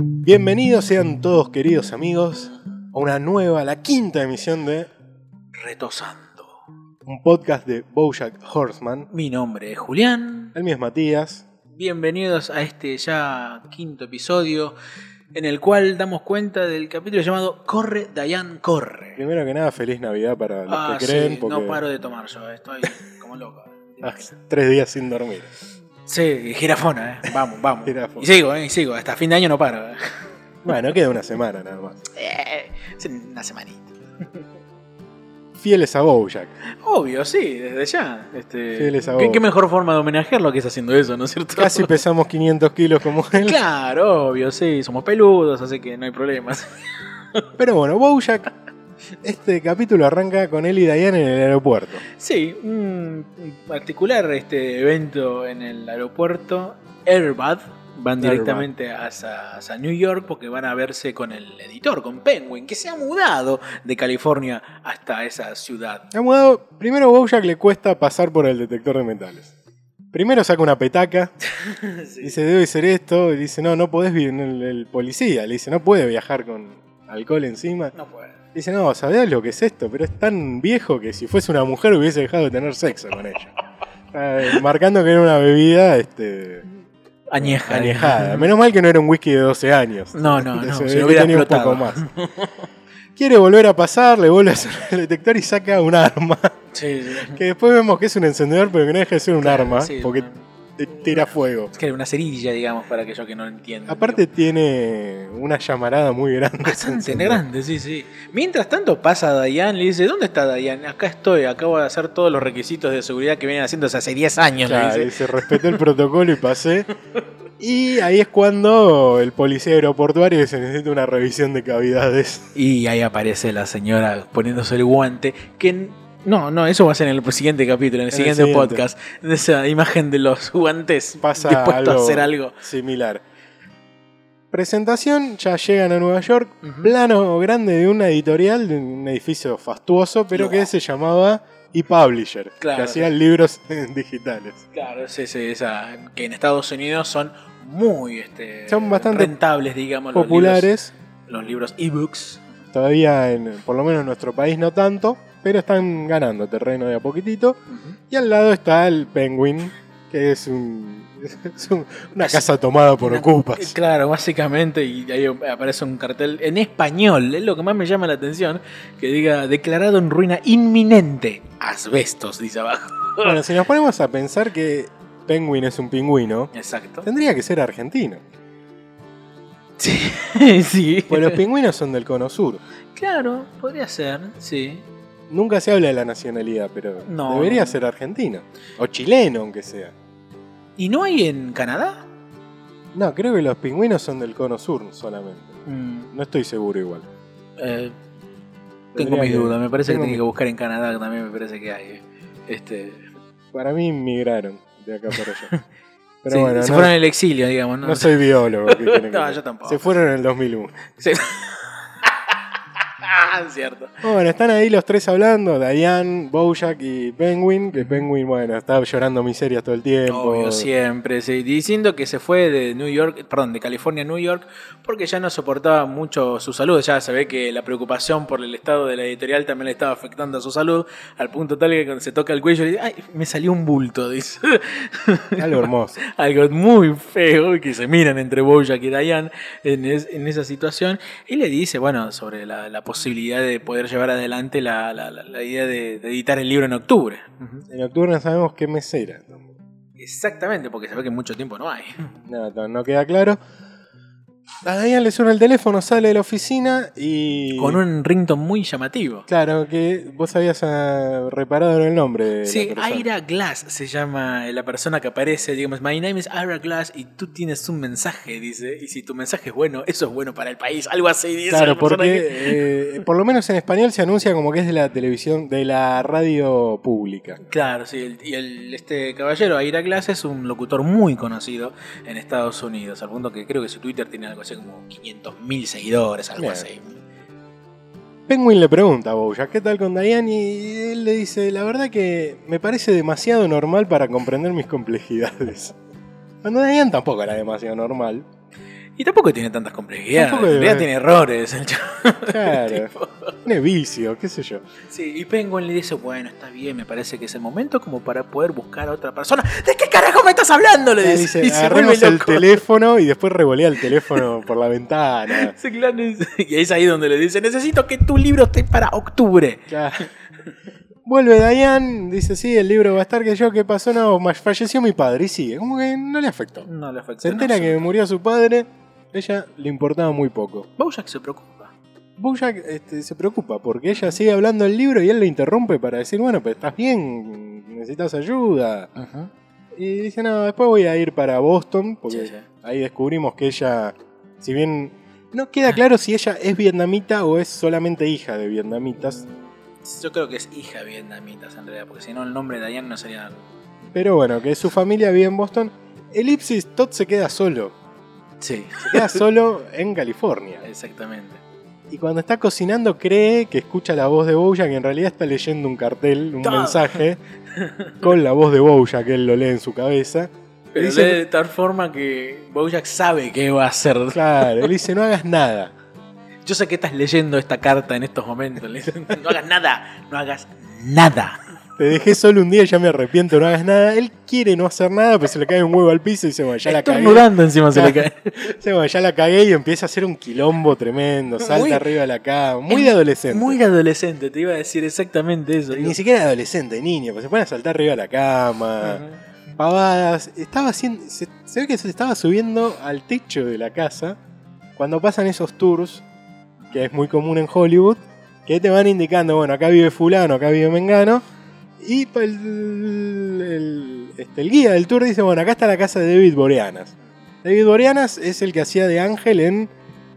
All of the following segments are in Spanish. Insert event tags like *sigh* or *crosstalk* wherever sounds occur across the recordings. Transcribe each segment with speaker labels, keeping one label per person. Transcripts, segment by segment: Speaker 1: Bienvenidos sean todos queridos amigos a una nueva, la quinta emisión de
Speaker 2: Retosando.
Speaker 1: un podcast de Bojack Horseman.
Speaker 2: Mi nombre es Julián.
Speaker 1: El mío es Matías.
Speaker 2: Bienvenidos a este ya quinto episodio en el cual damos cuenta del capítulo llamado Corre, Dayan, corre.
Speaker 1: Primero que nada, feliz Navidad para los
Speaker 2: Ah,
Speaker 1: que creen,
Speaker 2: sí,
Speaker 1: porque Ah.
Speaker 2: no paro de tomar yo, estoy como loco.
Speaker 1: hace tres días sin dormir.
Speaker 2: Sí, girafona, eh. vamos, vamos.
Speaker 1: Girafona.
Speaker 2: Y sigo, eh, y sigo, hasta fin de año no paro. eh.
Speaker 1: Bueno, queda una semana nada más.
Speaker 2: Eh, es una semanita.
Speaker 1: Fieles a Bojack.
Speaker 2: Obvio, sí, desde ya. Este,
Speaker 1: Fieles a
Speaker 2: ¿qué,
Speaker 1: vos.
Speaker 2: qué mejor forma de homenajearlo que es haciendo eso, ¿no es cierto? *laughs*
Speaker 1: Casi pesamos 500 kilos como él.
Speaker 2: Claro, obvio, sí, somos peludos, así que no hay problemas.
Speaker 1: Pero bueno, Bojack, este capítulo arranca con él y Diane en el aeropuerto.
Speaker 2: Sí, un un particular este evento en el aeropuerto Airbad. Van
Speaker 1: Airbag.
Speaker 2: directamente hacia, hacia New York porque van a verse con el editor, con Penguin, que se ha mudado de California hasta esa ciudad.
Speaker 1: Ha mudado. Primero a Bojack le cuesta pasar por el detector de metales. Primero saca una petaca,
Speaker 2: *laughs* Sí.
Speaker 1: dice debe ser esto, y dice no, no podés, vi- el, el policía le dice no puede viajar con alcohol encima.
Speaker 2: No puede.
Speaker 1: Dice no, sabés lo que es esto, pero es tan viejo que si fuese una mujer hubiese dejado de tener sexo con ella. Eh, marcando que era una bebida este,
Speaker 2: Añeja.
Speaker 1: anejada. Menos mal que no era un whisky de 12 años.
Speaker 2: No, no,
Speaker 1: *laughs*
Speaker 2: no,
Speaker 1: Entonces, eh,
Speaker 2: se lo hubiera
Speaker 1: tenía un
Speaker 2: explotado.
Speaker 1: poco más. Quiere volver a pasar, le vuelve a hacer el detector y saca un arma.
Speaker 2: Sí, sí.
Speaker 1: Que después vemos que es un encendedor, pero que no deja de ser un arma,
Speaker 2: Sí,
Speaker 1: porque
Speaker 2: una-
Speaker 1: te tira fuego.
Speaker 2: es que era una cerilla, digamos, para aquellos que no entienden.
Speaker 1: Aparte tiene una llamarada muy grande. ese *laughs*
Speaker 2: *laughs* Bastante
Speaker 1: encendedor.
Speaker 2: grande, sí, sí. Mientras tanto pasa Dayan, le dice, ¿dónde está Dayan? Acá estoy, acabo de hacer todos los requisitos de seguridad que vienen haciendo hace 10 años, le
Speaker 1: Claro,
Speaker 2: dice.
Speaker 1: dice, respeté el protocolo y pasé. Y ahí es cuando el policía aeroportuario dice, necesita una revisión de cavidades.
Speaker 2: Y ahí aparece la señora poniéndose el guante, que... n- No, no, eso va a ser en el siguiente capítulo, en
Speaker 1: En
Speaker 2: el
Speaker 1: el
Speaker 2: siguiente,
Speaker 1: siguiente.
Speaker 2: podcast. De esa imagen de los guantes
Speaker 1: Pasa
Speaker 2: dispuestos
Speaker 1: algo
Speaker 2: a hacer algo.
Speaker 1: similar. Presentación, ya llegan a Nueva York.
Speaker 2: Ujú.
Speaker 1: Plano grande de una editorial, de un edificio fastuoso, pero
Speaker 2: No.
Speaker 1: que se llamaba ePublisher, que
Speaker 2: Claro.
Speaker 1: hacían libros *laughs* digitales.
Speaker 2: Claro, es ese, esa, que en Estados Unidos son muy este,
Speaker 1: Son bastante
Speaker 2: rentables, digamos, los
Speaker 1: populares,
Speaker 2: libros- los libros ebooks.
Speaker 1: todavía en, por lo menos en nuestro país no tanto, pero están ganando terreno de a poquitito. Y al lado está el Penguin, que es, un, *laughs* es un- una
Speaker 2: Casa-
Speaker 1: casa tomada por
Speaker 2: Una-
Speaker 1: ocupas.
Speaker 2: Claro, básicamente, y ahí aparece un cartel en español, es lo que más me llama la atención, que diga declarado en ruina inminente. Asbestos, dice abajo.
Speaker 1: Bueno, si nos ponemos a pensar que Penguin es un pingüino,
Speaker 2: *laughs*
Speaker 1: *laughs*
Speaker 2: Exacto.
Speaker 1: tendría que ser argentino.
Speaker 2: Sí, *laughs* sí.
Speaker 1: Pues los pingüinos son del cono sur.
Speaker 2: Claro, podría ser, sí.
Speaker 1: Nunca se habla de la nacionalidad, pero
Speaker 2: No,
Speaker 1: debería
Speaker 2: no.
Speaker 1: ser argentino. O chileno, aunque sea.
Speaker 2: ¿Y no hay en Canadá?
Speaker 1: No, creo que los pingüinos son del cono sur solamente.
Speaker 2: Mm,
Speaker 1: No estoy seguro igual.
Speaker 2: eh, tengo
Speaker 1: Tendría
Speaker 2: mis
Speaker 1: que-
Speaker 2: dudas, me parece que
Speaker 1: tengo
Speaker 2: tengo
Speaker 1: mis-
Speaker 2: que buscar en Canadá, que también me parece que hay. Este,
Speaker 1: Para mí migraron de acá para
Speaker 2: *laughs*
Speaker 1: allá. Pero
Speaker 2: sí,
Speaker 1: bueno,
Speaker 2: se
Speaker 1: no,
Speaker 2: fueron al exilio, digamos. ¿no?
Speaker 1: no soy biólogo. ¿qué quieren que
Speaker 2: No,
Speaker 1: te-
Speaker 2: yo tampoco.
Speaker 1: Se fueron en el 2001.
Speaker 2: *laughs* Sí. *laughs* Ah, cierto.
Speaker 1: Bueno, están ahí los tres hablando, Diane, Bojack y Penguin, que Penguin, bueno, está llorando miserias todo el tiempo.
Speaker 2: Obvio, siempre, sí. Diciendo que se fue de New York, perdón, de California a New York, porque ya no soportaba mucho su salud. Ya se ve que la preocupación por el estado de la editorial también le estaba afectando a su salud, al punto tal que cuando se toca el cuello le dice, ay, me salió un bulto, dice. *laughs*
Speaker 1: Algo hermoso.
Speaker 2: Algo muy feo y que se miran entre Bojack y Diane en, es- en esa situación. Y le dice, bueno, sobre la, la posibilidad de poder llevar adelante la, la- la- la idea de, de editar el libro en octubre.
Speaker 1: En octubre no sabemos qué mesera.
Speaker 2: Exactamente, porque se ve que mucho tiempo no hay.
Speaker 1: Nada, no, no queda claro. A Diane le suena el teléfono, sale de la oficina y.
Speaker 2: Con un rington muy llamativo.
Speaker 1: Claro, que vos habías ah, reparado en el nombre. de la
Speaker 2: Sí,
Speaker 1: persona.
Speaker 2: Ira Glass se llama eh, la persona que aparece. Digamos, my name is Ira Glass y tú tienes un mensaje, dice. Y si tu mensaje es bueno, eso es bueno para el país. Algo así, dice.
Speaker 1: Claro,
Speaker 2: la persona que-
Speaker 1: porque eh, por lo menos en español se anuncia como que es de la televisión, de la radio pública.
Speaker 2: Claro, sí. el- Y el, este caballero, Ira Glass, es un locutor muy conocido en Estados Unidos. Al punto que creo que su Twitter tiene algo así como 500.000 seguidores, algo
Speaker 1: Bien.
Speaker 2: así.
Speaker 1: Penguin le pregunta a Bojack, ¿qué tal con Diane? Y él le dice, la verdad que me parece demasiado normal para comprender mis complejidades. Cuando Diane tampoco era demasiado normal.
Speaker 2: Y tampoco tiene tantas complejidades.
Speaker 1: Tampoco
Speaker 2: en realidad
Speaker 1: debe-
Speaker 2: tiene errores el chabón. *laughs*
Speaker 1: Claro. Tiene vicio, qué sé yo.
Speaker 2: Sí, y Penguin le dice, bueno, está bien, me parece que es el momento como para poder buscar a otra persona. ¿De qué carajo me estás hablando? Le
Speaker 1: Le
Speaker 2: dice.
Speaker 1: dice,
Speaker 2: *laughs* y se vuelve
Speaker 1: agarremos el
Speaker 2: loco.
Speaker 1: teléfono y después revolea el teléfono por la ventana.
Speaker 2: *laughs* Sí, claro, es- Y ahí es ahí donde le dice, necesito que tu libro esté para octubre.
Speaker 1: Ya. *laughs* Vuelve Diane, dice, sí, el libro va a estar que yo, ¿qué pasó? No, ma- falleció mi padre. Y sigue, como que no le afectó.
Speaker 2: No le afecta.
Speaker 1: Se entera
Speaker 2: no,
Speaker 1: que murió su padre, ella le importaba muy poco.
Speaker 2: Bojack se preocupa.
Speaker 1: Bojack este, se preocupa porque ella sigue hablando el libro y él le interrumpe para decir, bueno, pero estás bien, necesitas ayuda. Y dice, no, después voy a ir para Boston, porque
Speaker 2: Sí, sí.
Speaker 1: ahí descubrimos que ella, si bien no queda claro si ella es vietnamita o es solamente hija de vietnamitas,
Speaker 2: Yo creo que es hija de vietnamitas en realidad, porque si no el nombre de Diane no sería...
Speaker 1: pero bueno, que su familia vive en Boston. Elipsis Todd se queda solo,
Speaker 2: Sí,
Speaker 1: se queda solo en California.
Speaker 2: *laughs* exactamente.
Speaker 1: Y cuando está cocinando cree que escucha la voz de Bojack, que en realidad está leyendo un cartel, un
Speaker 2: Todo.
Speaker 1: mensaje, con la voz de Bojack, que él lo lee en su cabeza.
Speaker 2: Pero
Speaker 1: Dice-
Speaker 2: lee de tal forma que Bojack sabe qué va a hacer.
Speaker 1: Claro, él dice, no hagas nada.
Speaker 2: Yo sé que estás leyendo esta carta en estos momentos. le dicen, no hagas nada, no hagas nada.
Speaker 1: Te dejé solo un día y ya me arrepiento, no hagas nada. Él quiere no hacer nada, pero se le cae un huevo al piso y dice, bueno, ya la cagué.
Speaker 2: Estornudando encima se le cae.
Speaker 1: Dice, bueno, ya la cagué y empieza a hacer un quilombo tremendo, salta
Speaker 2: Muy-
Speaker 1: arriba de la cama. Muy
Speaker 2: Es
Speaker 1: de adolescente.
Speaker 2: Muy de adolescente, te iba a decir exactamente eso. digo.
Speaker 1: Ni siquiera adolescente, niño, pues se pone a saltar arriba de la cama. pavadas. Estaba haciendo, se, se ve que se estaba subiendo al techo de la casa cuando pasan esos tours, que es muy común en Hollywood, que te van indicando, bueno, acá vive fulano, acá vive Mengano. Y pa- el, el- este, el guía del tour dice, bueno, acá está la casa de David Boreanas. David Boreanas es el que hacía de Ángel en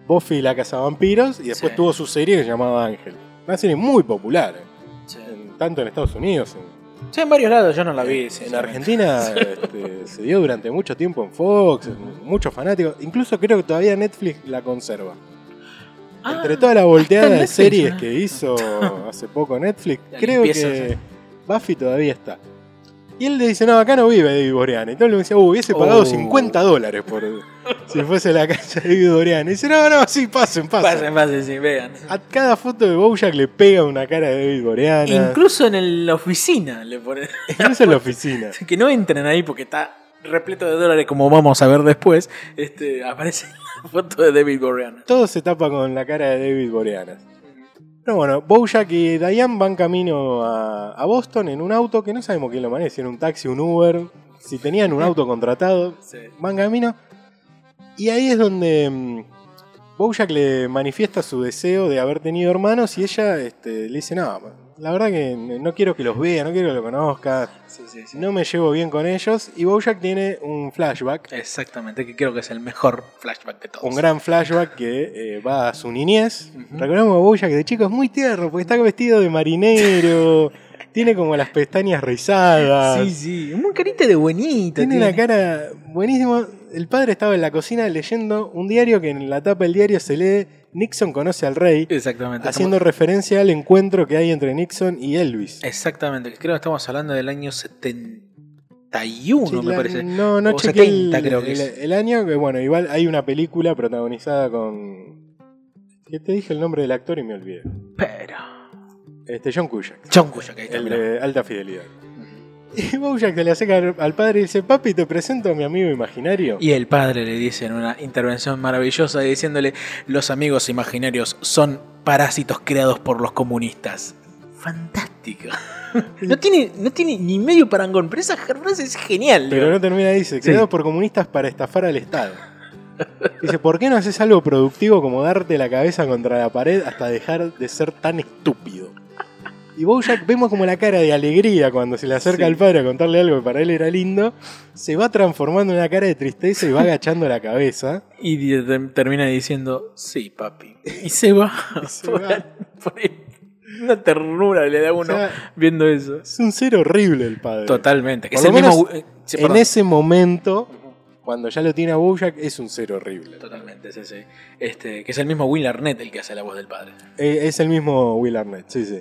Speaker 1: Buffy y la Casa Vampiros y después
Speaker 2: Sí.
Speaker 1: tuvo su serie que se llamaba Ángel. Una serie muy popular, eh.
Speaker 2: Sí.
Speaker 1: en- tanto en Estados Unidos, en
Speaker 2: Sí, en varios lados yo no la Ah, vi.
Speaker 1: en
Speaker 2: sinceramente. *laughs*
Speaker 1: Argentina este, se dio durante mucho tiempo en Fox, muchos fanáticos. Incluso creo que todavía Netflix la conserva.
Speaker 2: Ah,
Speaker 1: Entre toda la volteada
Speaker 2: está
Speaker 1: de
Speaker 2: en Netflix,
Speaker 1: series
Speaker 2: ¿no?
Speaker 1: que hizo
Speaker 2: *laughs*
Speaker 1: hace poco Netflix,
Speaker 2: La
Speaker 1: creo
Speaker 2: limpieza,
Speaker 1: que Buffy todavía está. Y él le dice, no, acá no vive David Borean. Y todo el mundo decía, "Uh, hubiese pagado
Speaker 2: Oh.
Speaker 1: 50 dólares
Speaker 2: *laughs*
Speaker 1: por si fuese la casa de David Borean. Y dice, no, no, sí, pasen, pasen.
Speaker 2: Pasen, pasen, sí, vean.
Speaker 1: A cada foto de Bojack le pega una cara de David Borean.
Speaker 2: Incluso en el- la oficina le ponen.
Speaker 1: Incluso en la oficina.
Speaker 2: *laughs* que no entren ahí porque está repleto de dólares, como vamos a ver después. Este, aparece *laughs* la foto de David Borean.
Speaker 1: Todo se tapa con la cara de David Boreanas. No, bueno, Bojack y Diane van camino a, a Boston en un auto que no sabemos quién lo maneja, si era un taxi, un Uber, si tenían un auto contratado.
Speaker 2: Sí.
Speaker 1: Van camino. Y ahí es donde mm, Bojack le manifiesta su deseo de haber tenido hermanos y ella este, le dice, no, la verdad que no quiero que los vea, no quiero que lo conozca,
Speaker 2: Sí, sí, sí.
Speaker 1: no me llevo bien con ellos. Y Bojack tiene un flashback
Speaker 2: Exactamente, que creo que es el mejor flashback de todos.
Speaker 1: un gran flashback que eh, va a su niñez.
Speaker 2: Ujú.
Speaker 1: Recordemos a Boya que de chico es muy tierno, porque está vestido de
Speaker 2: *laughs*
Speaker 1: marinero, tiene como las pestañas rizadas,
Speaker 2: Sí, sí. Un carita de buenita.
Speaker 1: tiene una cara buenísima. El padre estaba en la cocina leyendo un diario que en la tapa del diario se lee Nixon conoce al rey,
Speaker 2: Exactamente.
Speaker 1: haciendo referencia al encuentro que hay entre Nixon y Elvis.
Speaker 2: Exactamente, que creo que estamos hablando del año 71,
Speaker 1: Sí,
Speaker 2: me
Speaker 1: la-
Speaker 2: parece.
Speaker 1: No, no
Speaker 2: O
Speaker 1: chequeé
Speaker 2: 70
Speaker 1: el,
Speaker 2: creo que
Speaker 1: el-
Speaker 2: es.
Speaker 1: el año, que bueno, igual hay una película protagonizada con... ¿Qué te dije el nombre del actor y me olvidé?
Speaker 2: Pero.
Speaker 1: Este, John Cusack.
Speaker 2: John Cuyo, que ahí está,
Speaker 1: El
Speaker 2: mirá.
Speaker 1: de alta fidelidad. Y Bojack se le acerca al- al padre y dice, papi, te presento a mi amigo imaginario.
Speaker 2: Y el padre le dice en una intervención maravillosa diciéndole, los amigos imaginarios son parásitos creados por los comunistas.
Speaker 1: *laughs*
Speaker 2: Fantástico. No tiene, no tiene ni medio parangón, pero esa frase es genial.
Speaker 1: pero no termina ahí, dice,
Speaker 2: Sí.
Speaker 1: creado por comunistas para estafar al Estado. Dice, ¿por qué no haces algo productivo como darte la cabeza contra la pared hasta dejar de ser tan estúpido? Y Bojack vemos como la cara de alegría cuando se le acerca
Speaker 2: Sí.
Speaker 1: al padre a contarle algo que para él era lindo, se va transformando en una cara de tristeza y va agachando la
Speaker 2: *laughs*
Speaker 1: cabeza.
Speaker 2: Y di- te- termina diciendo, sí, papi. Y se va.
Speaker 1: Y se
Speaker 2: Por-
Speaker 1: va.
Speaker 2: *laughs* por- una ternura le da a
Speaker 1: O
Speaker 2: uno
Speaker 1: sea,
Speaker 2: viendo eso.
Speaker 1: es un ser horrible el padre.
Speaker 2: Eh, Totalmente. que
Speaker 1: Por
Speaker 2: es
Speaker 1: lo
Speaker 2: el mismo...
Speaker 1: menos
Speaker 2: eh, sí,
Speaker 1: en
Speaker 2: perdón.
Speaker 1: ese momento Cuando ya lo tiene a Bojack, es un ser horrible.
Speaker 2: Totalmente, sí, sí. Este, que es el mismo Will Arnett el que hace la voz del padre.
Speaker 1: Eh, es el mismo Will Arnett, sí, sí.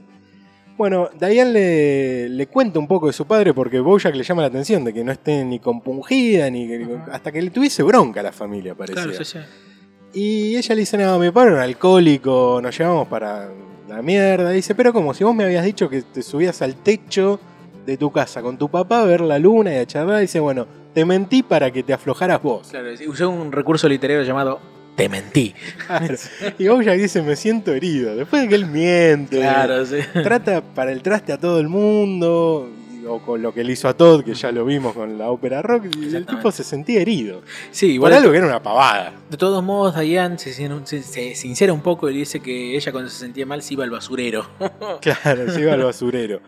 Speaker 1: Bueno, Diane le, le cuenta un poco de su padre porque Bojack le llama la atención de que no esté ni compungida, ni que-
Speaker 2: Ajá.
Speaker 1: hasta que le tuviese bronca a la familia, parecía.
Speaker 2: Claro, sí, sí.
Speaker 1: Y ella le dice, no, mi padre era un alcohólico, nos llevamos para la mierda. Dice, pero como si vos me habías dicho que te subías al techo de tu casa con tu papá a ver la luna y a charlar. Dice, bueno, te mentí para que te aflojaras vos.
Speaker 2: Claro, sí, usé un recurso literario llamado Te mentí.
Speaker 1: Claro. Y Bojack dice, me siento herido. Después de que él miente, *laughs*
Speaker 2: Claro, sí.
Speaker 1: trata para el traste a todo el mundo, y- o con lo que le hizo a Todd, que ya lo vimos con la ópera rock, y el
Speaker 2: Exactamente.
Speaker 1: tipo se sentía herido.
Speaker 2: Sí,
Speaker 1: Igual
Speaker 2: igual.
Speaker 1: algo que era una
Speaker 2: *laughs*
Speaker 1: pavada.
Speaker 2: De todos modos, Diane se, sin- se- se sincera un poco y dice que ella cuando se sentía mal se iba al basurero.
Speaker 1: Claro, se iba al basurero.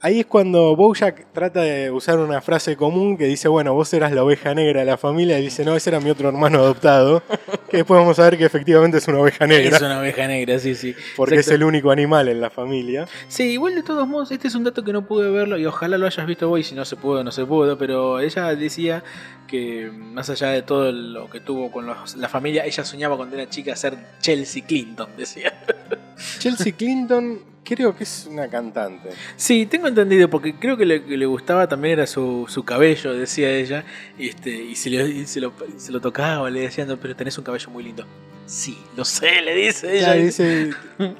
Speaker 1: Ahí es cuando Bojack trata de usar una frase común que dice, bueno, vos eras la oveja negra de la familia, y dice, no, ese era mi otro hermano adoptado, que después vamos a ver que efectivamente es una oveja negra,
Speaker 2: *laughs* Es una oveja negra, sí, sí.
Speaker 1: porque
Speaker 2: Exacto.
Speaker 1: es el único animal en la familia.
Speaker 2: Sí, igual de todos modos, este es un dato que no pude verlo y ojalá lo hayas visto vos y si no se pudo, no se pudo, pero ella decía que mm, más allá de todo lo que tuvo con los- la familia, ella soñaba cuando era chica ser Chelsea Clinton, *laughs* decía.
Speaker 1: Chelsea Clinton creo que es una cantante.
Speaker 2: Sí, tengo entendido, porque creo que lo que le gustaba también era su, su cabello, decía ella, y, este, y, se le- y se lo, y se lo tocaba, le decían, pero tenés un cabello muy lindo. Sí, lo sé, le dice ella.
Speaker 1: Claro,
Speaker 2: *laughs*
Speaker 1: dice-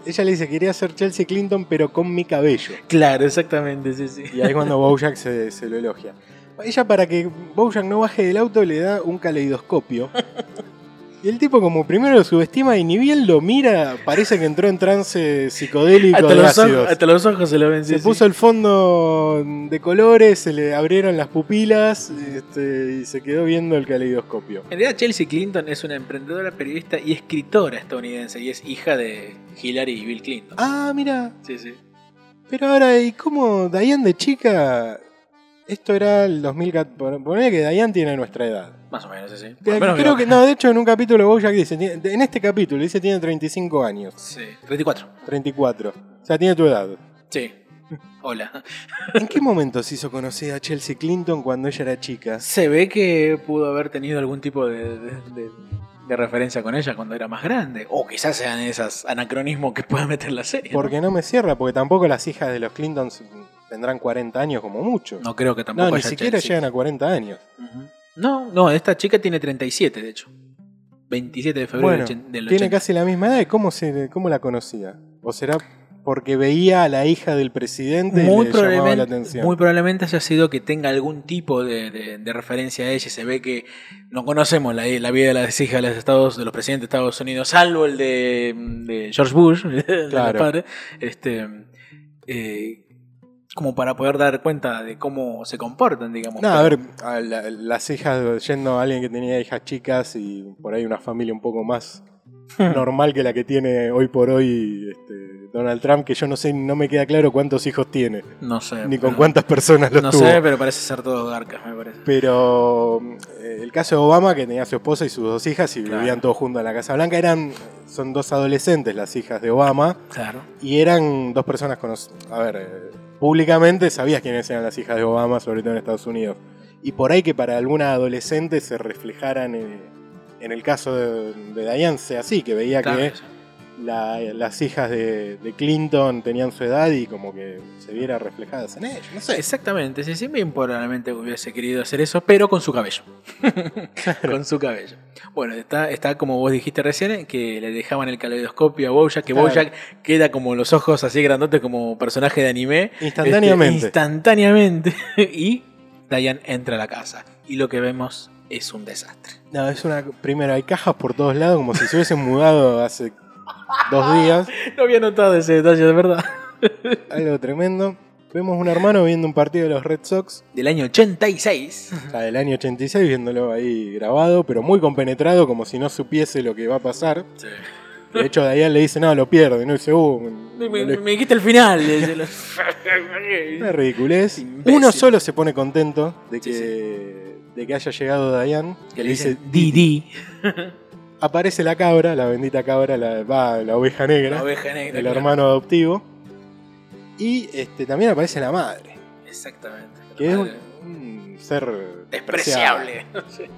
Speaker 1: ella le dice, quería ser Chelsea Clinton, pero con mi cabello.
Speaker 2: Claro, exactamente, sí, sí.
Speaker 1: Y ahí es cuando Bojack se, se lo elogia. Ella para que Bojack no baje del auto le da un caleidoscopio. Y el tipo como primero lo subestima y ni bien lo mira, parece que entró en trance psicodélico
Speaker 2: Hasta
Speaker 1: de
Speaker 2: los,
Speaker 1: ácidos.
Speaker 2: ojos, hasta los ojos se lo ven, sí,
Speaker 1: se
Speaker 2: sí.
Speaker 1: puso el fondo de colores, se le abrieron las pupilas este, y se quedó viendo el caleidoscopio.
Speaker 2: En realidad Chelsea Clinton es una emprendedora, periodista y escritora estadounidense y es hija de Hillary y Bill Clinton.
Speaker 1: Ah, mira,
Speaker 2: Sí, sí.
Speaker 1: Pero ahora, ¿y cómo Diane de chica? Esto era el 2014. Ponele que Diane tiene nuestra edad.
Speaker 2: Más o menos, sí, sí. Por lo
Speaker 1: Que-
Speaker 2: menos
Speaker 1: creo
Speaker 2: veo.
Speaker 1: que, no, de hecho, en un capítulo Bojack dice, tiene- en este capítulo dice tiene 35 años,
Speaker 2: Sí. 34.
Speaker 1: 34. O sea, tiene tu edad.
Speaker 2: Sí. Hola.
Speaker 1: ¿En qué momento se hizo conocida a Chelsea Clinton cuando ella era chica?
Speaker 2: Se ve que pudo haber tenido algún tipo de, de- de- de referencia con ella cuando era más grande. O quizás sean esos anacronismos que pueda meter la serie. ¿no?
Speaker 1: Porque no me cierra, porque tampoco las hijas de los Clintons tendrán 40 años como mucho.
Speaker 2: No creo que
Speaker 1: No,
Speaker 2: tampoco
Speaker 1: ni
Speaker 2: haya
Speaker 1: siquiera
Speaker 2: Chelsea.
Speaker 1: llegan a 40 años.
Speaker 2: Ujú. No, no, esta chica tiene 37, de hecho. 27 de febrero
Speaker 1: Bueno,
Speaker 2: del ochen- del 80.
Speaker 1: Tiene casi la misma edad. ¿y ¿Cómo, se, ¿Cómo la conocía? ¿O será porque veía a la hija del presidente
Speaker 2: muy
Speaker 1: y le llamaba
Speaker 2: probablemente,
Speaker 1: la atención?
Speaker 2: muy probablemente haya sido que tenga algún tipo de, de- de referencia a ella. y Se ve que no conocemos la, la vida de las hijas de los, Estados, de los presidentes de Estados Unidos, salvo el de, de George Bush, *laughs* de los
Speaker 1: Claro.
Speaker 2: padres, Este, eh, como para poder dar cuenta de cómo se comportan, digamos.
Speaker 1: No, a ver, a la- las hijas, yendo a alguien que tenía hijas chicas y por ahí una familia un poco más
Speaker 2: Hmm.
Speaker 1: normal que la que tiene hoy por hoy este, Donald Trump, que yo no sé, no me queda claro cuántos hijos tiene,
Speaker 2: no sé.
Speaker 1: ni con
Speaker 2: Eh, pero-
Speaker 1: cuántas personas los
Speaker 2: No
Speaker 1: tuvo.
Speaker 2: sé, pero parece ser todo garcas, me parece.
Speaker 1: Pero eh, el caso de Obama, que tenía a su esposa y sus dos hijas y
Speaker 2: Claro.
Speaker 1: vivían todos juntos en la Casa Blanca, eran, son dos adolescentes las hijas de Obama.
Speaker 2: Claro.
Speaker 1: Y eran dos personas conocidas. A ver, eh, públicamente sabías quiénes eran las hijas de Obama, sobre todo en Estados Unidos. Y por ahí que para alguna adolescente se reflejaran en, en el caso de, de Diane, sea así, que veía
Speaker 2: Claro,
Speaker 1: que la- las hijas de, de Clinton tenían su edad y como que se viera reflejadas en ellos. No sé.
Speaker 2: Exactamente, sí, sí, bien probablemente hubiese querido hacer eso, pero con su cabello. Con su cabello. Bueno, está, está como vos dijiste recién, que le dejaban el caleidoscopio a Bojack, que
Speaker 1: Claro.
Speaker 2: Bojack queda como los ojos así grandotes como personaje de anime.
Speaker 1: Instantáneamente.
Speaker 2: Este, instantáneamente. *laughs* Y Diane entra a la casa. Y lo que vemos es un desastre.
Speaker 1: No, es una. Primero, hay cajas por todos lados, como si se hubiesen mudado hace dos días.
Speaker 2: No había notado ese detalle, de verdad.
Speaker 1: Algo tremendo. Vemos un hermano viendo un partido de los Red Sox.
Speaker 2: Del año 86.
Speaker 1: O sea, del año 86, viéndolo ahí grabado, pero muy compenetrado, como si no supiese lo que va a pasar. De hecho, Dayan le dice, no, lo pierde, no Y dice, uh,
Speaker 2: Me,
Speaker 1: no
Speaker 2: me-
Speaker 1: le-
Speaker 2: me dijiste el final. de- de-
Speaker 1: una *laughs* ridiculez.
Speaker 2: Imbécil.
Speaker 1: Uno solo se pone contento de que,
Speaker 2: Sí,
Speaker 1: De que haya llegado Dayan.
Speaker 2: que le dice Didi.
Speaker 1: Aparece la cabra, la bendita cabra, la, va, la oveja negra,
Speaker 2: La oveja negra.
Speaker 1: el
Speaker 2: claro.
Speaker 1: hermano adoptivo. Y este, también aparece la madre.
Speaker 2: Exactamente.
Speaker 1: Que es
Speaker 2: Madre.
Speaker 1: un ser
Speaker 2: Despreciable.
Speaker 1: Nadie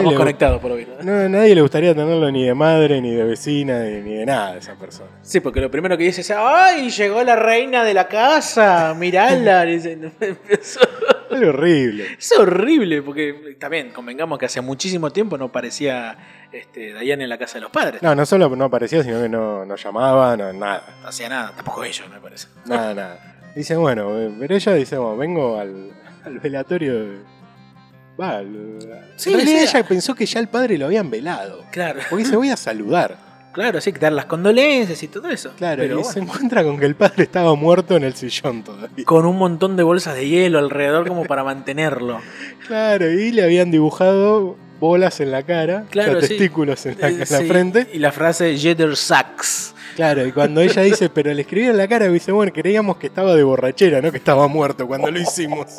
Speaker 2: Estamos
Speaker 1: le-
Speaker 2: conectados por lo visto.
Speaker 1: No, a nadie le gustaría tenerlo ni de madre, ni de vecina, ni, ni de nada esa persona.
Speaker 2: Sí, porque lo primero que dice es, ¡ay, llegó la reina de la casa!
Speaker 1: *laughs*
Speaker 2: ¡Mirala! Dice, "Empezó".
Speaker 1: Es horrible.
Speaker 2: *laughs* es horrible, porque también convengamos que hace muchísimo tiempo no parecía este, Diana en la casa de los padres. No,
Speaker 1: No, no solo no aparecía, sino que no, no llamaba, no, nada,
Speaker 2: hacía nada, tampoco ellos, me parece.
Speaker 1: nada, *laughs* nada. Dice, bueno, eh, pero ella dice, bueno, vengo al, al velatorio de... Va, al-
Speaker 2: Sí,
Speaker 1: en realidad
Speaker 2: sí.
Speaker 1: ella pensó que ya el padre lo habían velado.
Speaker 2: Claro, *laughs*
Speaker 1: Porque se voy a saludar.
Speaker 2: claro, sí, que dar las condolencias y todo eso.
Speaker 1: Claro, y
Speaker 2: Pero bueno,
Speaker 1: se encuentra con que el padre estaba muerto en el sillón todavía.
Speaker 2: con un montón de bolsas de hielo alrededor como para mantenerlo.
Speaker 1: Claro, y le habían dibujado bolas en la cara,
Speaker 2: Claro,
Speaker 1: o sea,
Speaker 2: sí.
Speaker 1: testículos en *laughs* la, en
Speaker 2: Eh,
Speaker 1: la
Speaker 2: sí,
Speaker 1: frente.
Speaker 2: Y la frase Jeter Sacks.
Speaker 1: Claro, y cuando ella dice, pero le escribieron la cara, dice, bueno, creíamos que estaba de borrachera, no que estaba muerto cuando lo hicimos.
Speaker 2: *laughs*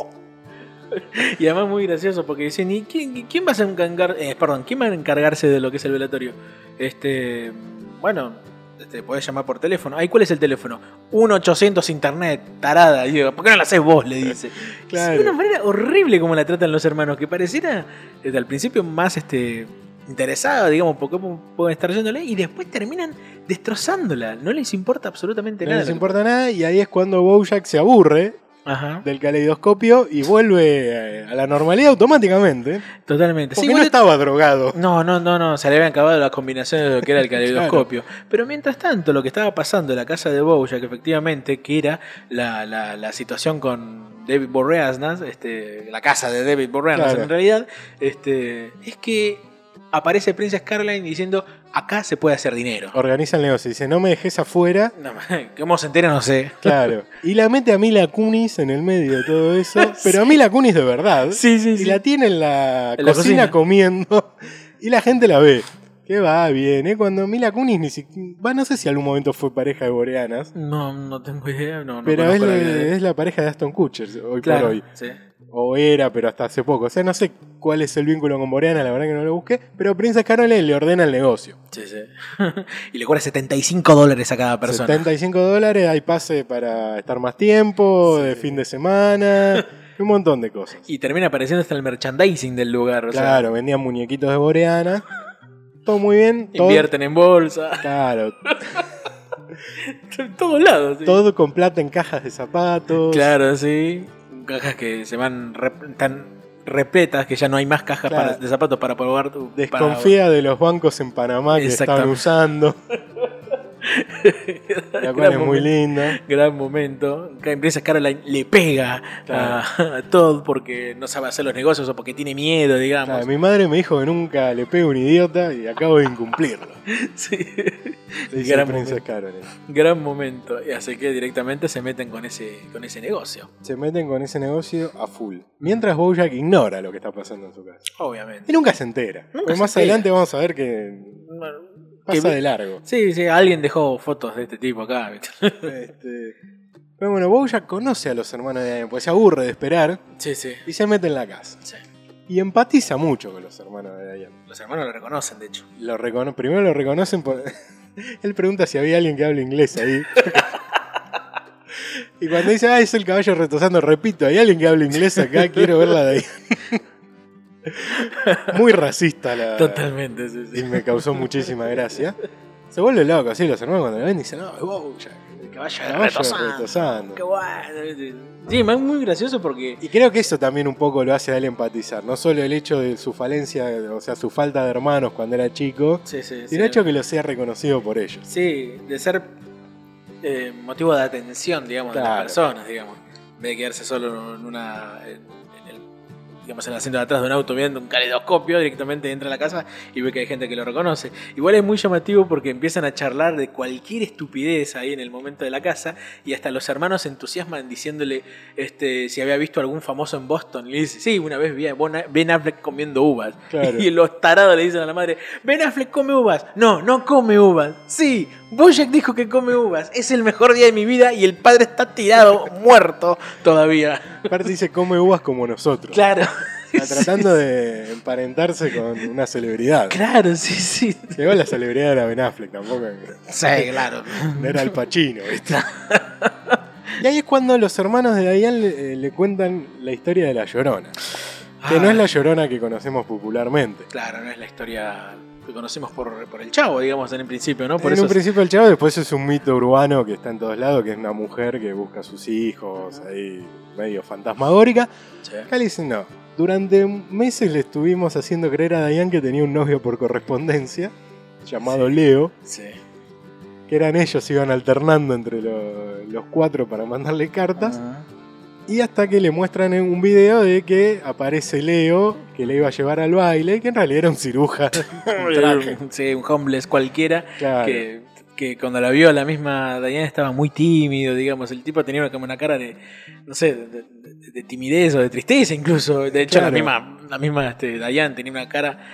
Speaker 2: Y además muy gracioso porque dicen, ¿y quién, quién va a encargar, eh, perdón, quién va a encargarse de lo que es el velatorio? Este, bueno, este, podés llamar por teléfono. Ay, ¿cuál es el teléfono? 1-800 internet, tarada. Y digo, ¿por qué no la haces vos?
Speaker 1: *laughs*
Speaker 2: Le dice.
Speaker 1: Claro.
Speaker 2: Es una manera horrible como la tratan los hermanos, que pareciera desde al principio más este interesada, digamos, por cómo pueden estar yéndole, y después terminan destrozándola. No les importa absolutamente
Speaker 1: No
Speaker 2: nada.
Speaker 1: les importa nada, y ahí es cuando Bojack se aburre
Speaker 2: Ajá,
Speaker 1: del caleidoscopio y vuelve eh, a la normalidad automáticamente,
Speaker 2: totalmente.
Speaker 1: porque
Speaker 2: Sí,
Speaker 1: no
Speaker 2: igual-
Speaker 1: estaba drogado.
Speaker 2: No, no, no, no, se le habían acabado las combinaciones de lo que
Speaker 1: *laughs*
Speaker 2: era el caleidoscopio. Pero mientras tanto, lo que estaba pasando en la casa de Bojack, efectivamente, que era la, la- la situación con David Boreanaz, este, la casa de David Boreanaz
Speaker 1: Claro.
Speaker 2: en realidad, este, es que aparece Princess Caroline diciendo, acá se puede hacer dinero.
Speaker 1: Organiza el negocio, dice, no me dejes afuera.
Speaker 2: No, *laughs* ¿Cómo se entera? No sé.
Speaker 1: Claro. *laughs* Y la mete a Mila Kunis en el medio de todo
Speaker 2: *laughs*
Speaker 1: eso, pero a Mila Kunis de verdad.
Speaker 2: *laughs* Sí, sí,
Speaker 1: Y la tiene en la,
Speaker 2: En
Speaker 1: cocina,
Speaker 2: la cocina.
Speaker 1: comiendo. *laughs* Y la gente la ve. Que va bien, ¿eh? Cuando Mila Kunis ni siquiera. va, No sé si algún momento fue pareja de boreanas.
Speaker 2: No, no tengo idea. No, no
Speaker 1: pero es,
Speaker 2: conozco la
Speaker 1: la-
Speaker 2: vida de-
Speaker 1: es la pareja de Aston Kutcher hoy
Speaker 2: Claro,
Speaker 1: por hoy.
Speaker 2: sí.
Speaker 1: O era, pero hasta hace poco. O sea, no sé cuál es el vínculo con Boreana, la verdad que no lo busqué. Pero Princess Caroline le ordena el negocio.
Speaker 2: Sí, sí. *laughs* y le cobra 75 dólares a cada persona.
Speaker 1: 75 dólares, hay pase para estar más tiempo, de fin de
Speaker 2: *laughs*
Speaker 1: semana, un montón de cosas.
Speaker 2: Y termina apareciendo hasta el merchandising del lugar. O sea,
Speaker 1: claro, vendían muñequitos de Boreana. Todo muy bien. Todo,
Speaker 2: invierten en bolsa. *laughs*
Speaker 1: Claro,
Speaker 2: En todos lados. sí.
Speaker 1: todo con plata en cajas de zapatos.
Speaker 2: Claro, sí. Cajas que se van rep- tan repletas que ya no hay más cajas
Speaker 1: Claro.
Speaker 2: para- de zapatos para probar. tu-
Speaker 1: Desconfía de los bancos en Panamá que estaban
Speaker 2: Exactamente. *laughs*
Speaker 1: usando,
Speaker 2: para-
Speaker 1: la cual
Speaker 2: gran
Speaker 1: es muy
Speaker 2: momento,
Speaker 1: linda.
Speaker 2: Gran momento. Que empresa Caroline le pega a, a Todd porque no sabe hacer los negocios o porque tiene miedo, digamos.
Speaker 1: Claro, mi madre me dijo que nunca le pego a un idiota y acabo de
Speaker 2: *laughs*
Speaker 1: incumplirlo.
Speaker 2: Sí.
Speaker 1: Le dice
Speaker 2: Gran
Speaker 1: Princess
Speaker 2: momento.
Speaker 1: Caroline.
Speaker 2: Gran momento. Y así que directamente se meten con ese, con ese negocio.
Speaker 1: Se meten con ese negocio a full. Mientras Bojack ignora lo que está pasando en su casa.
Speaker 2: Obviamente.
Speaker 1: Y nunca se entera.
Speaker 2: Nunca
Speaker 1: Porque
Speaker 2: se
Speaker 1: más
Speaker 2: entera.
Speaker 1: adelante vamos a ver que pasa
Speaker 2: Que-
Speaker 1: de largo.
Speaker 2: Sí, sí, alguien dejó fotos de este tipo acá. ¿viste?
Speaker 1: Este, Pero bueno, Bojack conoce a los hermanos de Diane, porque se aburre de esperar
Speaker 2: Sí, sí.
Speaker 1: y se mete en la casa.
Speaker 2: Sí.
Speaker 1: Y empatiza mucho con los hermanos de Diane.
Speaker 2: Los hermanos lo reconocen, de hecho.
Speaker 1: Lo recono- primero lo reconocen por... *laughs* Él pregunta si había alguien que hable inglés ahí. *laughs* y cuando dice, ah, es el caballo retosando, repito, hay alguien que hable inglés acá, quiero verla de ahí. *laughs* Muy racista la...
Speaker 2: Totalmente, sí,
Speaker 1: Y
Speaker 2: sí.
Speaker 1: me causó muchísima gracia. Se vuelve loco, así los hermanos cuando lo ven dicen, no, es Bojack.
Speaker 2: El caballo
Speaker 1: Caballo
Speaker 2: retosando.
Speaker 1: retosando.
Speaker 2: Qué bueno. Sí, es muy gracioso porque.
Speaker 1: Y creo que eso también un poco lo hace a él empatizar. No solo el hecho de su falencia, o sea, su falta de hermanos cuando era chico,
Speaker 2: Sí, sí, sí.
Speaker 1: sino el hecho que lo sea reconocido por ellos.
Speaker 2: Sí, de ser eh, motivo de atención, digamos, de las
Speaker 1: Claro.
Speaker 2: personas, digamos. En vez de quedarse solo en una. En, en el, digamos, en el asiento de atrás de un auto viendo un caleidoscopio, directamente entra a la casa y ve que hay gente que lo reconoce. Igual es muy llamativo porque empiezan a charlar de cualquier estupidez ahí en el momento de la casa y hasta los hermanos se entusiasman diciéndole este, si había visto algún famoso en Boston. Y le dice, sí, una vez vi a Bona- Ben Affleck comiendo uvas.
Speaker 1: Claro.
Speaker 2: *laughs* Y los tarados le dicen a la madre, Ben Affleck come uvas. No, no come uvas. Sí, Bojack dijo que come uvas. Es el mejor día de mi vida y el padre está tirado, *laughs* muerto todavía.
Speaker 1: Aparte dice, come uvas como nosotros.
Speaker 2: Claro. *laughs*
Speaker 1: Está tratando de emparentarse con una celebridad.
Speaker 2: Claro, sí, sí.
Speaker 1: Que igual la celebridad era Ben Affleck, tampoco
Speaker 2: Sí, claro. *laughs*
Speaker 1: no era el Pacino, ¿viste? Y ahí es cuando los hermanos de Dayan le, eh, le cuentan la historia de la llorona. Que
Speaker 2: Ah.
Speaker 1: no es la llorona que conocemos popularmente.
Speaker 2: Claro, no es la historia que conocimos por, por el chavo, digamos, en el principio, ¿no? Por
Speaker 1: en
Speaker 2: eso
Speaker 1: un
Speaker 2: es-
Speaker 1: principio el chavo, después es un mito urbano que está en todos lados, que es una mujer que busca a sus hijos, ahí medio fantasmagórica.
Speaker 2: Sí.
Speaker 1: Acá le dicen no. Durante meses le estuvimos haciendo creer a Dayan que tenía un novio por correspondencia, llamado Leo,
Speaker 2: Sí.
Speaker 1: que eran ellos, iban alternando entre lo- los cuatro para mandarle cartas.
Speaker 2: Ajá.
Speaker 1: Y hasta que le muestran en un video de que aparece Leo, que le iba a llevar al baile, que en realidad era un
Speaker 2: *laughs*
Speaker 1: cirujano. *laughs*
Speaker 2: Un traje, sí, un homeless cualquiera.
Speaker 1: Claro.
Speaker 2: que, que cuando la vio la misma Diane estaba muy tímido, digamos, el tipo tenía como una cara de, no sé, de, de- de timidez o de tristeza incluso. De hecho,
Speaker 1: Claro.
Speaker 2: la misma, la misma este, Diane tenía una cara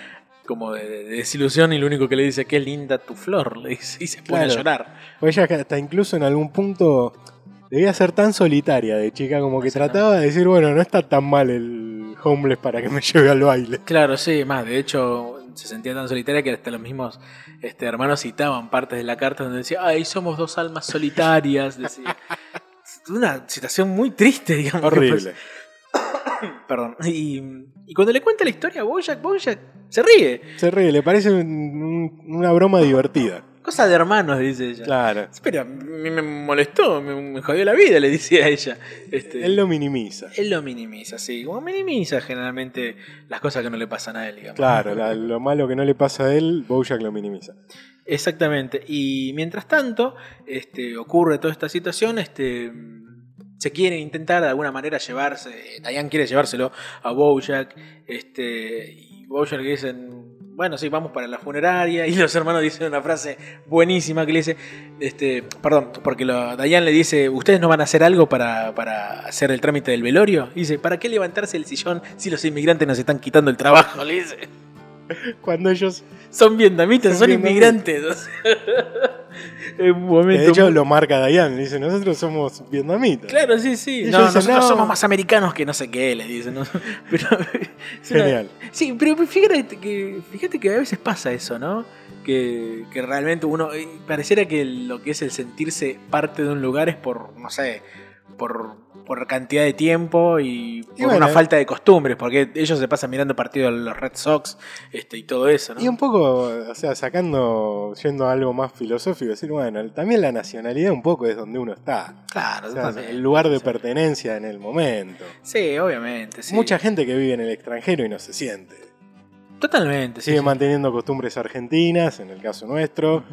Speaker 2: como de, de- de desilusión y lo único que le dice, qué linda tu flor, le dice, y se pone
Speaker 1: Claro.
Speaker 2: a llorar.
Speaker 1: O Pues ella hasta incluso en algún punto debía ser tan solitaria de chica, como que trataba de decir, bueno, no está tan mal el homeless para que me *laughs* lleve al baile.
Speaker 2: Claro, sí, más, de hecho se sentía tan solitaria que hasta los mismos este, hermanos citaban partes de la carta donde decía, ay, somos dos almas solitarias, decía. *laughs* Una situación muy triste, digamos. que
Speaker 1: Horrible.
Speaker 2: Perdón. Y, y cuando le cuenta la historia a Bojack, Bojack se ríe.
Speaker 1: *laughs* Se ríe, le parece un- un- una broma divertida.
Speaker 2: Cosa de hermanos, dice ella.
Speaker 1: Claro.
Speaker 2: Espera, me, me molestó, me, me jodió la vida, le decía ella. Este,
Speaker 1: Él lo minimiza.
Speaker 2: él lo minimiza, sí. Como minimiza generalmente las cosas que no le pasan a él, digamos.
Speaker 1: Claro, la- lo malo que no le pasa a él, Bojack lo minimiza.
Speaker 2: Exactamente. Y mientras tanto, este, ocurre toda esta situación, este. Se quiere intentar de alguna manera llevarse. Diane quiere llevárselo a Bojack. Este. Y Bojack le dicen. Bueno, sí, vamos para la funeraria. Y los hermanos dicen una frase buenísima que le dice. Este. Perdón, porque lo, Diane le dice. ¿Ustedes no van a hacer algo para, para hacer el trámite del velorio? Y dice, ¿para qué levantarse el sillón si los inmigrantes nos están quitando el trabajo? Le dice.
Speaker 1: Cuando ellos
Speaker 2: Son vietnamitas,
Speaker 1: Son
Speaker 2: son,
Speaker 1: vietnamitas.
Speaker 2: inmigrantes. o sea, *laughs* es un momento.
Speaker 1: De hecho,
Speaker 2: muy-
Speaker 1: lo marca Dayan, le dice, nosotros somos vietnamitas.
Speaker 2: Claro, sí, sí.
Speaker 1: Ellos
Speaker 2: No,
Speaker 1: dicen,
Speaker 2: nosotros
Speaker 1: "No".
Speaker 2: somos más americanos que no sé qué, le dicen. ¿no? *laughs* Pero, es una-
Speaker 1: Genial.
Speaker 2: Sí, pero fíjate que, fíjate que a veces pasa eso, ¿no? Que, que realmente uno. eh, Pareciera que lo que es el sentirse parte de un lugar es por, no sé, por, por cantidad de tiempo y por
Speaker 1: bueno,
Speaker 2: una falta de costumbres, porque ellos se pasan mirando partidos de los Red Sox este, y todo eso, ¿no?
Speaker 1: Y un poco, o sea, sacando, yendo a algo más filosófico, decir, bueno, también la nacionalidad un poco es donde uno está.
Speaker 2: Claro, *laughs*
Speaker 1: O sea,
Speaker 2: también.
Speaker 1: el lugar de
Speaker 2: Sí.
Speaker 1: pertenencia en el momento.
Speaker 2: Sí, obviamente. Sí.
Speaker 1: Mucha gente que vive en el extranjero y no se siente.
Speaker 2: Totalmente, sí.
Speaker 1: Sigue
Speaker 2: sí.
Speaker 1: manteniendo costumbres argentinas, en el caso nuestro,
Speaker 2: Ujú.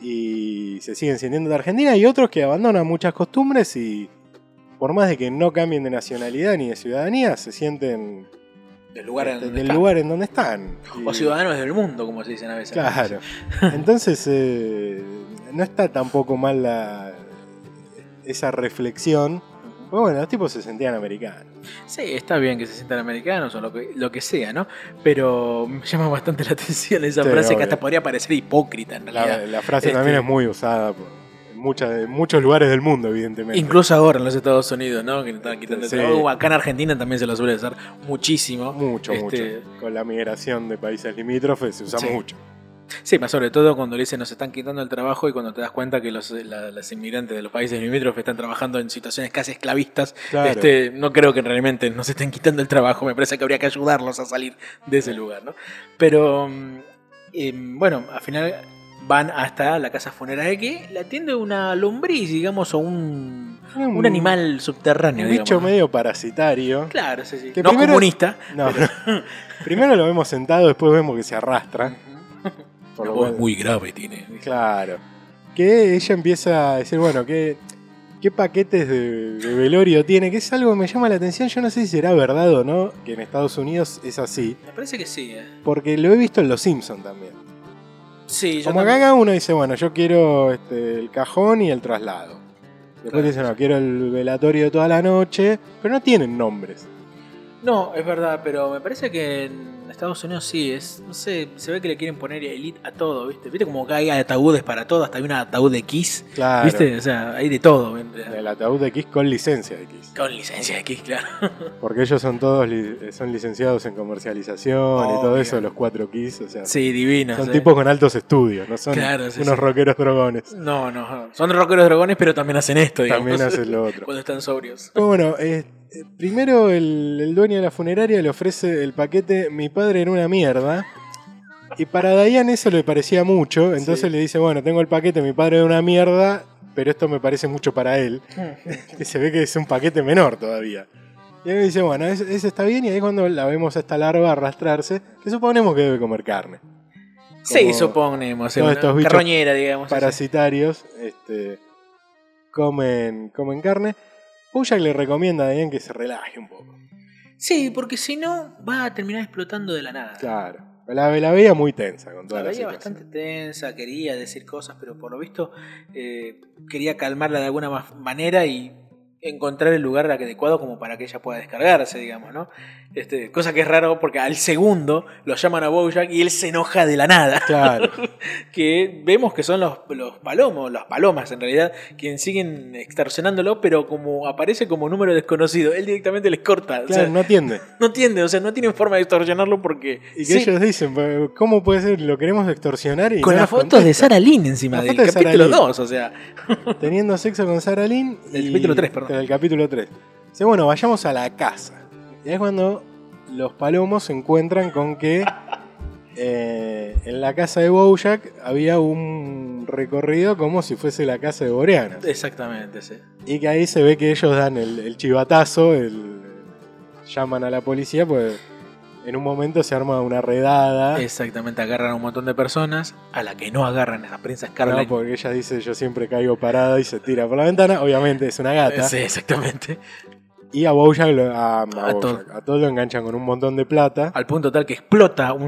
Speaker 1: y se siguen sintiendo de Argentina, y otros que abandonan muchas costumbres y por más de que no cambien de nacionalidad ni de ciudadanía, se sienten
Speaker 2: Del lugar en
Speaker 1: este,
Speaker 2: donde
Speaker 1: del
Speaker 2: está.
Speaker 1: lugar en donde están.
Speaker 2: O
Speaker 1: Y-
Speaker 2: ciudadanos del mundo, como se dicen a veces. *laughs*
Speaker 1: Claro. Entonces, eh, no está tampoco mal la, esa reflexión. Pero bueno, los tipos se sentían americanos.
Speaker 2: Sí, está bien que se sientan americanos o lo que, lo que sea, ¿no? Pero me llama bastante la atención esa
Speaker 1: Sí,
Speaker 2: frase
Speaker 1: obvio.
Speaker 2: que hasta podría parecer hipócrita en realidad.
Speaker 1: La, la frase
Speaker 2: Este-
Speaker 1: también es muy usada por- en, muchas- en muchos lugares del mundo, evidentemente.
Speaker 2: Incluso ahora en los Estados Unidos, ¿no? Que le están quitando el
Speaker 1: Sí.
Speaker 2: trabajo. Uh, Acá en Argentina también se lo suele usar muchísimo.
Speaker 1: mucho,
Speaker 2: Este,
Speaker 1: mucho. Con la migración de países limítrofes se usa
Speaker 2: Sí.
Speaker 1: mucho.
Speaker 2: Sí, más sobre todo cuando le dicen nos están quitando el trabajo y cuando te das cuenta que los la- las inmigrantes de los países limítrofes están trabajando en situaciones casi esclavistas.
Speaker 1: Claro.
Speaker 2: Este, no creo que realmente nos estén quitando el trabajo, me parece que habría que ayudarlos a salir de ese lugar, ¿no? Pero mm, em, bueno, al final van hasta la casa funeraria que la atiende una lombriz, digamos, o un, un animal
Speaker 1: Un
Speaker 2: subterráneo,
Speaker 1: bicho
Speaker 2: digamos.
Speaker 1: medio parasitario.
Speaker 2: Claro, sí, sí.
Speaker 1: Que
Speaker 2: no
Speaker 1: primero-
Speaker 2: comunista.
Speaker 1: No, no. *laughs* primero lo vemos sentado, después vemos que se arrastra. Ah, Por
Speaker 2: Una
Speaker 1: lo
Speaker 2: voz
Speaker 1: cual-
Speaker 2: muy grave tiene.
Speaker 1: Claro. Que ella empieza a decir, bueno, ¿qué, qué paquetes de, de velorio tiene? Que es algo que me llama la atención. Yo no sé si será verdad o no, que en Estados Unidos es así.
Speaker 2: Me parece que sí. eh.
Speaker 1: Porque lo he visto en Los Simpsons también.
Speaker 2: Sí, yo
Speaker 1: Como acá
Speaker 2: también-
Speaker 1: cada uno dice, bueno, yo quiero este, el cajón y el traslado. Después
Speaker 2: Claro.
Speaker 1: dicen, no, quiero el velatorio toda la noche. Pero no tienen nombres.
Speaker 2: No, es verdad, pero me parece que en Estados Unidos sí es. No sé, se ve que le quieren poner elite a todo, ¿viste? ¿Viste como que hay ataúdes para todo? Hasta hay un ataúd de Kiss.
Speaker 1: Claro.
Speaker 2: ¿Viste? O sea, hay de todo.
Speaker 1: El ataúd de Kiss con licencia de Kiss.
Speaker 2: Con licencia de Kiss, claro.
Speaker 1: Porque ellos son todos li- son licenciados en comercialización y todo
Speaker 2: Obvio.
Speaker 1: eso, los cuatro Kiss. O sea,
Speaker 2: Sí, divino.
Speaker 1: son
Speaker 2: sí.
Speaker 1: tipos con altos estudios, no son
Speaker 2: Claro, sí,
Speaker 1: unos
Speaker 2: sí.
Speaker 1: rockeros drogones.
Speaker 2: No, no. Son rockeros dragones, pero también hacen esto, digamos.
Speaker 1: También hacen lo otro.
Speaker 2: Cuando están sobrios.
Speaker 1: Pero bueno, eh, eh, primero el, el dueño de la funeraria le ofrece el paquete Mi padre era una mierda. Y para Diane eso le parecía mucho. Entonces
Speaker 2: Sí.
Speaker 1: le dice, bueno, tengo el paquete Mi padre era una mierda, pero esto me parece mucho para
Speaker 2: *laughs*
Speaker 1: él. Que se ve que es un paquete menor todavía. Y él dice, bueno, es- eso está bien. Y ahí es cuando la vemos a esta larva arrastrarse, que suponemos que debe comer carne.
Speaker 2: Sí,
Speaker 1: Como
Speaker 2: suponemos.
Speaker 1: todos
Speaker 2: una
Speaker 1: estos bichos
Speaker 2: carroñera, digamos. así.
Speaker 1: parasitarios este, comen, comen carne. Bojack le recomienda a Diane que se relaje un poco.
Speaker 2: Sí, porque si no, va a terminar explotando de la nada.
Speaker 1: Claro. La, la veía muy tensa con toda
Speaker 2: La
Speaker 1: la,
Speaker 2: veía
Speaker 1: situación.
Speaker 2: bastante tensa, quería decir cosas, pero por lo visto eh, quería calmarla de alguna ma- manera y encontrar el lugar adecuado como para que ella pueda descargarse, digamos, ¿no? Este, cosa que es raro porque al segundo lo llaman a Bojack y él se enoja de la nada. *laughs*
Speaker 1: Claro.
Speaker 2: que vemos que son los, los palomos, las palomas en realidad, quienes siguen extorsionándolo, pero como aparece como número desconocido, él directamente les corta. o sea,
Speaker 1: Claro, no atiende.
Speaker 2: no entiende, o sea, no tienen forma de extorsionarlo porque...
Speaker 1: Y que
Speaker 2: Sí,
Speaker 1: ellos dicen, ¿cómo puede ser? Lo queremos extorsionar y.
Speaker 2: con
Speaker 1: no nos
Speaker 2: las fotos de
Speaker 1: contesta.
Speaker 2: Sara Lynn encima
Speaker 1: La
Speaker 2: del
Speaker 1: foto de Sara
Speaker 2: capítulo
Speaker 1: Lynn.
Speaker 2: 2, o sea...
Speaker 1: Teniendo sexo con Sara Lynn.
Speaker 2: Del
Speaker 1: y-
Speaker 2: capítulo tres, perdón.
Speaker 1: Del capítulo 3. Dice, bueno, vayamos a la casa. Y es cuando los palomos se encuentran con que. eh, en la casa de Bojack había un recorrido como si fuese la casa de Boreana.
Speaker 2: Exactamente, sí.
Speaker 1: Y que ahí se ve que ellos dan el, el chivatazo, el, llaman a la policía, pues en un momento se arma una redada.
Speaker 2: Exactamente, agarran a un montón de personas, a la que no agarran esa prensa
Speaker 1: ¿no?
Speaker 2: Scarlett.
Speaker 1: Porque ella dice yo siempre caigo parada y se tira por la ventana. Obviamente es una gata.
Speaker 2: sí, exactamente.
Speaker 1: Y a Bojack, lo- a, a, Bojack,
Speaker 2: Todd.
Speaker 1: a Todd lo enganchan con un montón de plata.
Speaker 2: Al punto tal que explota un...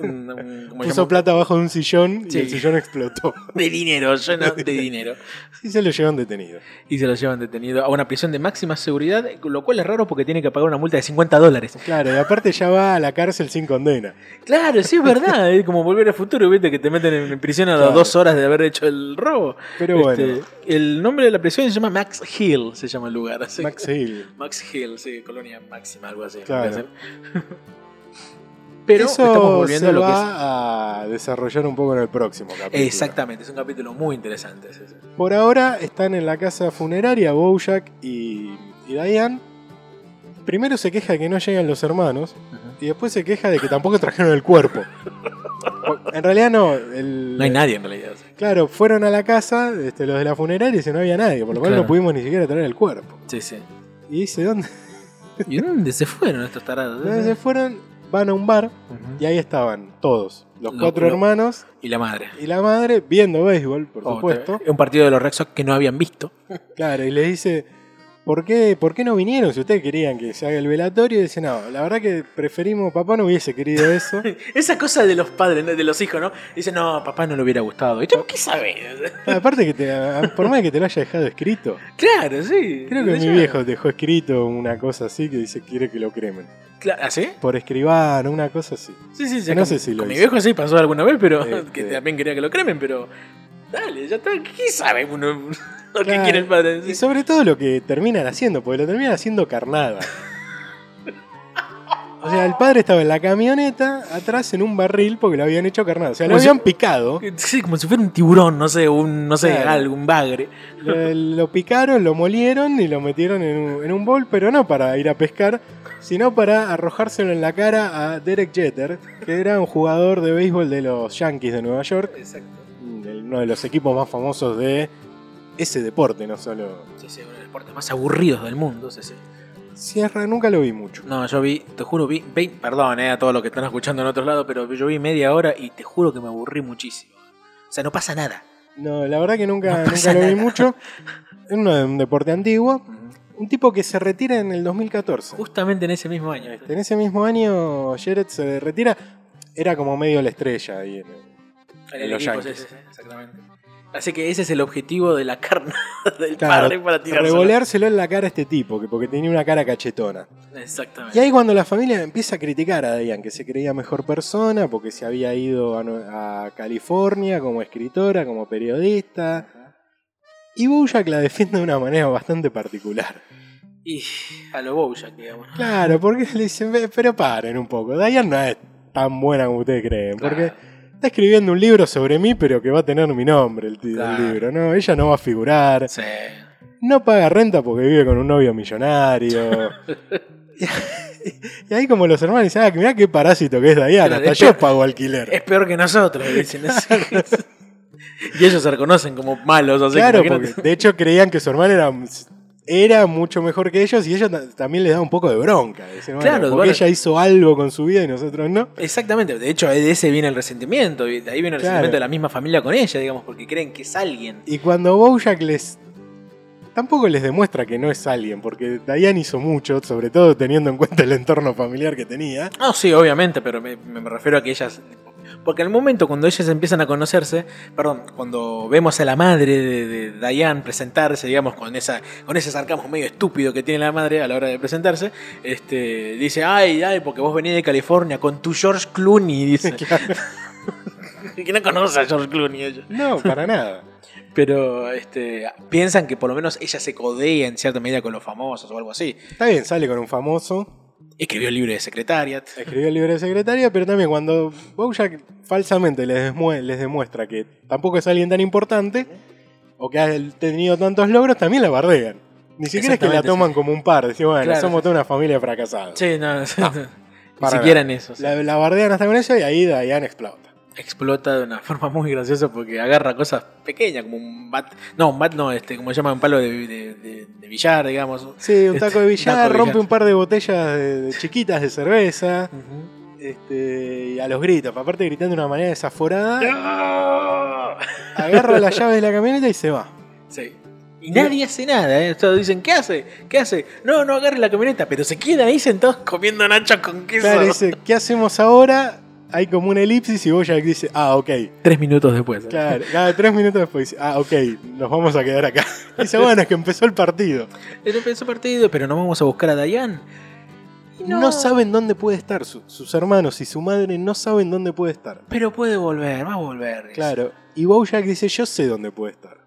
Speaker 2: un- un- ¿cómo se
Speaker 1: Puso
Speaker 2: llama?
Speaker 1: plata abajo de un sillón
Speaker 2: Sí.
Speaker 1: y el sillón explotó. *laughs*
Speaker 2: De dinero, lleno de dinero.
Speaker 1: Y se lo llevan detenido.
Speaker 2: Y se lo llevan detenido a una prisión de máxima seguridad, lo cual es raro porque tiene que pagar una multa de 50 dólares.
Speaker 1: Claro, y aparte ya va a la cárcel sin condena. *laughs*
Speaker 2: Claro, sí es verdad, es como volver al futuro, viste, que te meten en prisión a las
Speaker 1: Claro.
Speaker 2: dos horas de haber hecho el robo.
Speaker 1: Pero
Speaker 2: Este,
Speaker 1: bueno,
Speaker 2: El nombre de la prisión se llama Max Hill, se llama el lugar. así que-
Speaker 1: Max Hill.
Speaker 2: Max Hill, sí, Colonia Máxima, algo así. me
Speaker 1: Claro.
Speaker 2: parece. Pero
Speaker 1: Eso
Speaker 2: estamos volviendo
Speaker 1: se
Speaker 2: a lo que
Speaker 1: va
Speaker 2: es.
Speaker 1: a desarrollar un poco en el próximo capítulo.
Speaker 2: Exactamente, es un capítulo muy interesante. sí, sí.
Speaker 1: Por ahora están en la casa funeraria Bojack y, y Diane. Primero se queja de que no llegan los hermanos y después se queja de que tampoco trajeron el cuerpo. En realidad no. el-
Speaker 2: No hay nadie en realidad. sí.
Speaker 1: Claro, fueron a la casa este, los de la funeraria y no había nadie, por lo cual
Speaker 2: Claro.
Speaker 1: no pudimos ni siquiera traer el cuerpo.
Speaker 2: Sí, sí.
Speaker 1: Y dice,
Speaker 2: *laughs*
Speaker 1: ¿dónde?
Speaker 2: ¿Y dónde se fueron estos tarados?
Speaker 1: Entonces se fueron, van a un bar
Speaker 2: Ujú.
Speaker 1: y ahí estaban todos. Los
Speaker 2: Lo-
Speaker 1: cuatro
Speaker 2: lo-
Speaker 1: hermanos
Speaker 2: Y la madre.
Speaker 1: y la madre viendo béisbol, por
Speaker 2: Oh,
Speaker 1: supuesto.
Speaker 2: te- Un partido de los Red Sox que no habían visto.
Speaker 1: Claro, y le dice, ¿por qué, ¿por qué no vinieron si ustedes querían que se haga el velatorio? Y dice, no, la verdad que preferimos, papá no hubiese querido
Speaker 2: *laughs*
Speaker 1: eso.
Speaker 2: Esa cosa de los padres, ¿no? de los hijos, ¿no? Dice, no, papá no le hubiera gustado. ¿Y tú qué sabes?
Speaker 1: Ah, Aparte que te, por más que te lo haya dejado escrito,
Speaker 2: claro, sí.
Speaker 1: creo que mi
Speaker 2: Ya.
Speaker 1: viejo dejó escrito una cosa así que dice quiere que lo cremen.
Speaker 2: Cla- ¿Ah, sí?
Speaker 1: Por escribano, una cosa así.
Speaker 2: Sí, sí, sí.
Speaker 1: No
Speaker 2: con-
Speaker 1: sé si lo
Speaker 2: con mi
Speaker 1: hizo.
Speaker 2: viejo sí pasó alguna vez, pero *laughs* que
Speaker 1: Este.
Speaker 2: también quería que lo cremen, pero. Dale, ya está. ¿Qué sabe uno *laughs* lo que
Speaker 1: Claro,
Speaker 2: quiere el padre?
Speaker 1: Y
Speaker 2: Sí.
Speaker 1: sobre todo lo que terminan haciendo, porque lo terminan haciendo
Speaker 2: *laughs*
Speaker 1: carnada. O sea, el padre estaba en la camioneta, atrás en un barril, porque lo habían hecho carnada. O sea, lo
Speaker 2: Como si-
Speaker 1: habían picado.
Speaker 2: Sí, como si fuera un tiburón, no sé, un, no sé,
Speaker 1: Claro.
Speaker 2: algo, un bagre.
Speaker 1: Lo, lo picaron, lo molieron y lo metieron en un, en un bol, pero no para ir a pescar, sino para arrojárselo en la cara a Derek Jeter, que era un jugador de béisbol de los Yankees de Nueva York,
Speaker 2: Exacto.
Speaker 1: el- uno de los equipos más famosos de ese deporte, no solo...
Speaker 2: Sí, sí, uno de los deportes más aburridos del mundo, sí, sí.
Speaker 1: Sierra nunca lo vi mucho.
Speaker 2: No, yo vi, te juro, vi, vein- perdón, eh, a todos los que están escuchando en otros lados, pero yo vi media hora y te juro que me aburrí muchísimo. O sea, no pasa nada.
Speaker 1: No, la verdad que
Speaker 2: No
Speaker 1: nunca,
Speaker 2: pasa
Speaker 1: nunca lo vi
Speaker 2: nada.
Speaker 1: mucho. Es uno de un deporte antiguo. Un tipo que se retira en el 2014.
Speaker 2: Justamente en ese mismo año.
Speaker 1: En ese mismo año Jared se retira. Era como medio la estrella ahí en el-
Speaker 2: En el
Speaker 1: los
Speaker 2: equipo,
Speaker 1: Yankees.
Speaker 2: sí, sí, sí, exactamente. Así que ese es el objetivo de la carne *laughs* del
Speaker 1: Claro,
Speaker 2: padre para tirársela.
Speaker 1: revoleárselo en la cara a este tipo, que porque tenía una cara cachetona. Y
Speaker 2: Exactamente.
Speaker 1: ahí cuando la familia empieza a criticar a Diane, que se creía mejor persona, porque se había ido a, Nue- a California como escritora, como periodista. Y Bojack la defiende de una manera bastante particular.
Speaker 2: Y a lo Bojack, digamos. ¿no?
Speaker 1: Claro, porque le dicen, "Ve, pero paren un poco, Diane no es tan buena como ustedes creen, porque
Speaker 2: Claro.
Speaker 1: está escribiendo un libro sobre mí, pero que va a tener mi nombre el, ti- el
Speaker 2: Claro.
Speaker 1: libro, ¿no? Ella no va a figurar,
Speaker 2: Sí.
Speaker 1: no paga renta porque vive con un novio
Speaker 2: *laughs*
Speaker 1: millonario. Y ahí como los hermanos dicen, ah, mirá qué parásito que es Diane,
Speaker 2: Claro,
Speaker 1: hasta
Speaker 2: es
Speaker 1: yo
Speaker 2: peor.
Speaker 1: pago alquiler.
Speaker 2: Es peor que nosotros, le dicen.
Speaker 1: *laughs*
Speaker 2: y ellos se reconocen como malos, así que
Speaker 1: Claro,
Speaker 2: imagínate.
Speaker 1: porque de hecho creían que su hermano era, era mucho mejor que ellos y ella ta- también les da un poco de bronca. Dicen, bueno,
Speaker 2: Claro,
Speaker 1: porque
Speaker 2: bueno.
Speaker 1: ella hizo algo con su vida y nosotros no.
Speaker 2: Exactamente, de hecho de ese viene el resentimiento, y de ahí viene el
Speaker 1: Claro.
Speaker 2: resentimiento de la misma familia con ella, digamos, porque creen que es alguien.
Speaker 1: Y cuando Bojack les. Tampoco les demuestra que no es alguien, porque Diane hizo mucho, sobre todo teniendo en cuenta el entorno familiar que tenía.
Speaker 2: Ah, sí, obviamente, pero me, me- me refiero a que ellas... Porque al momento cuando ellas empiezan a conocerse, perdón, cuando vemos a la madre de, de Diane presentarse, digamos, con, esa, con ese sarcasmo medio estúpido que tiene la madre a la hora de presentarse, este, dice, ay, ay, porque vos venís de California con tu George
Speaker 1: *laughs*
Speaker 2: Clooney, dice. *laughs* que no conoce a George Clooney ella.
Speaker 1: No, para nada.
Speaker 2: Pero este, piensan que por lo menos ella se codea en cierta medida con los famosos o algo así.
Speaker 1: Está bien, sale con un famoso,
Speaker 2: Escribió el libro de Secretariat.
Speaker 1: escribió el libro de secretaria, pero también cuando Bojack falsamente les, desmue- les demuestra que tampoco es alguien tan importante o que ha tenido tantos logros, también la bardean. Ni siquiera es que la
Speaker 2: Exactamente,
Speaker 1: toman como un par, decimos, bueno,
Speaker 2: Claro,
Speaker 1: somos
Speaker 2: sí,
Speaker 1: toda una familia fracasada.
Speaker 2: Sí, no, *laughs* no, no. Ah, ni
Speaker 1: para
Speaker 2: siquiera en eso. sí.
Speaker 1: La, la bardean hasta con eso y ahí Diane explota.
Speaker 2: Explota de una *laughs* forma muy graciosa porque agarra cosas pequeñas, como un bat. No, un bat no, este, como se llama, un palo de, de- de- de billar, digamos.
Speaker 1: Sí, un
Speaker 2: Este,
Speaker 1: taco de billar,
Speaker 2: taco de
Speaker 1: rompe
Speaker 2: billar.
Speaker 1: un par de botellas de- de chiquitas de cerveza,
Speaker 2: Ujú.
Speaker 1: este, y a los gritos, aparte gritando de una manera desaforada, agarra las llaves de la camioneta y se va.
Speaker 2: Sí. Y nadie hace nada, ¿eh? Todos dicen, ¿qué hace? ¿Qué hace? No, no agarre la camioneta, pero se quedan ahí sentados comiendo nachos con queso.
Speaker 1: Claro, dice, ¿qué hacemos ahora? Hay como una elipsis y Bojack dice, ah, ok.
Speaker 2: Tres minutos después. ¿eh?
Speaker 1: Claro, cada tres minutos después dice, ah, ok, nos vamos a quedar acá. *laughs* Dice, bueno, es que empezó el partido.
Speaker 2: Él empezó partido, pero no vamos a buscar a Dayan.
Speaker 1: No, saben dónde puede estar, su- sus hermanos y su madre no saben dónde puede estar.
Speaker 2: Pero puede volver, va a volver. dice.
Speaker 1: Claro, y Bojack dice, yo sé dónde puede estar.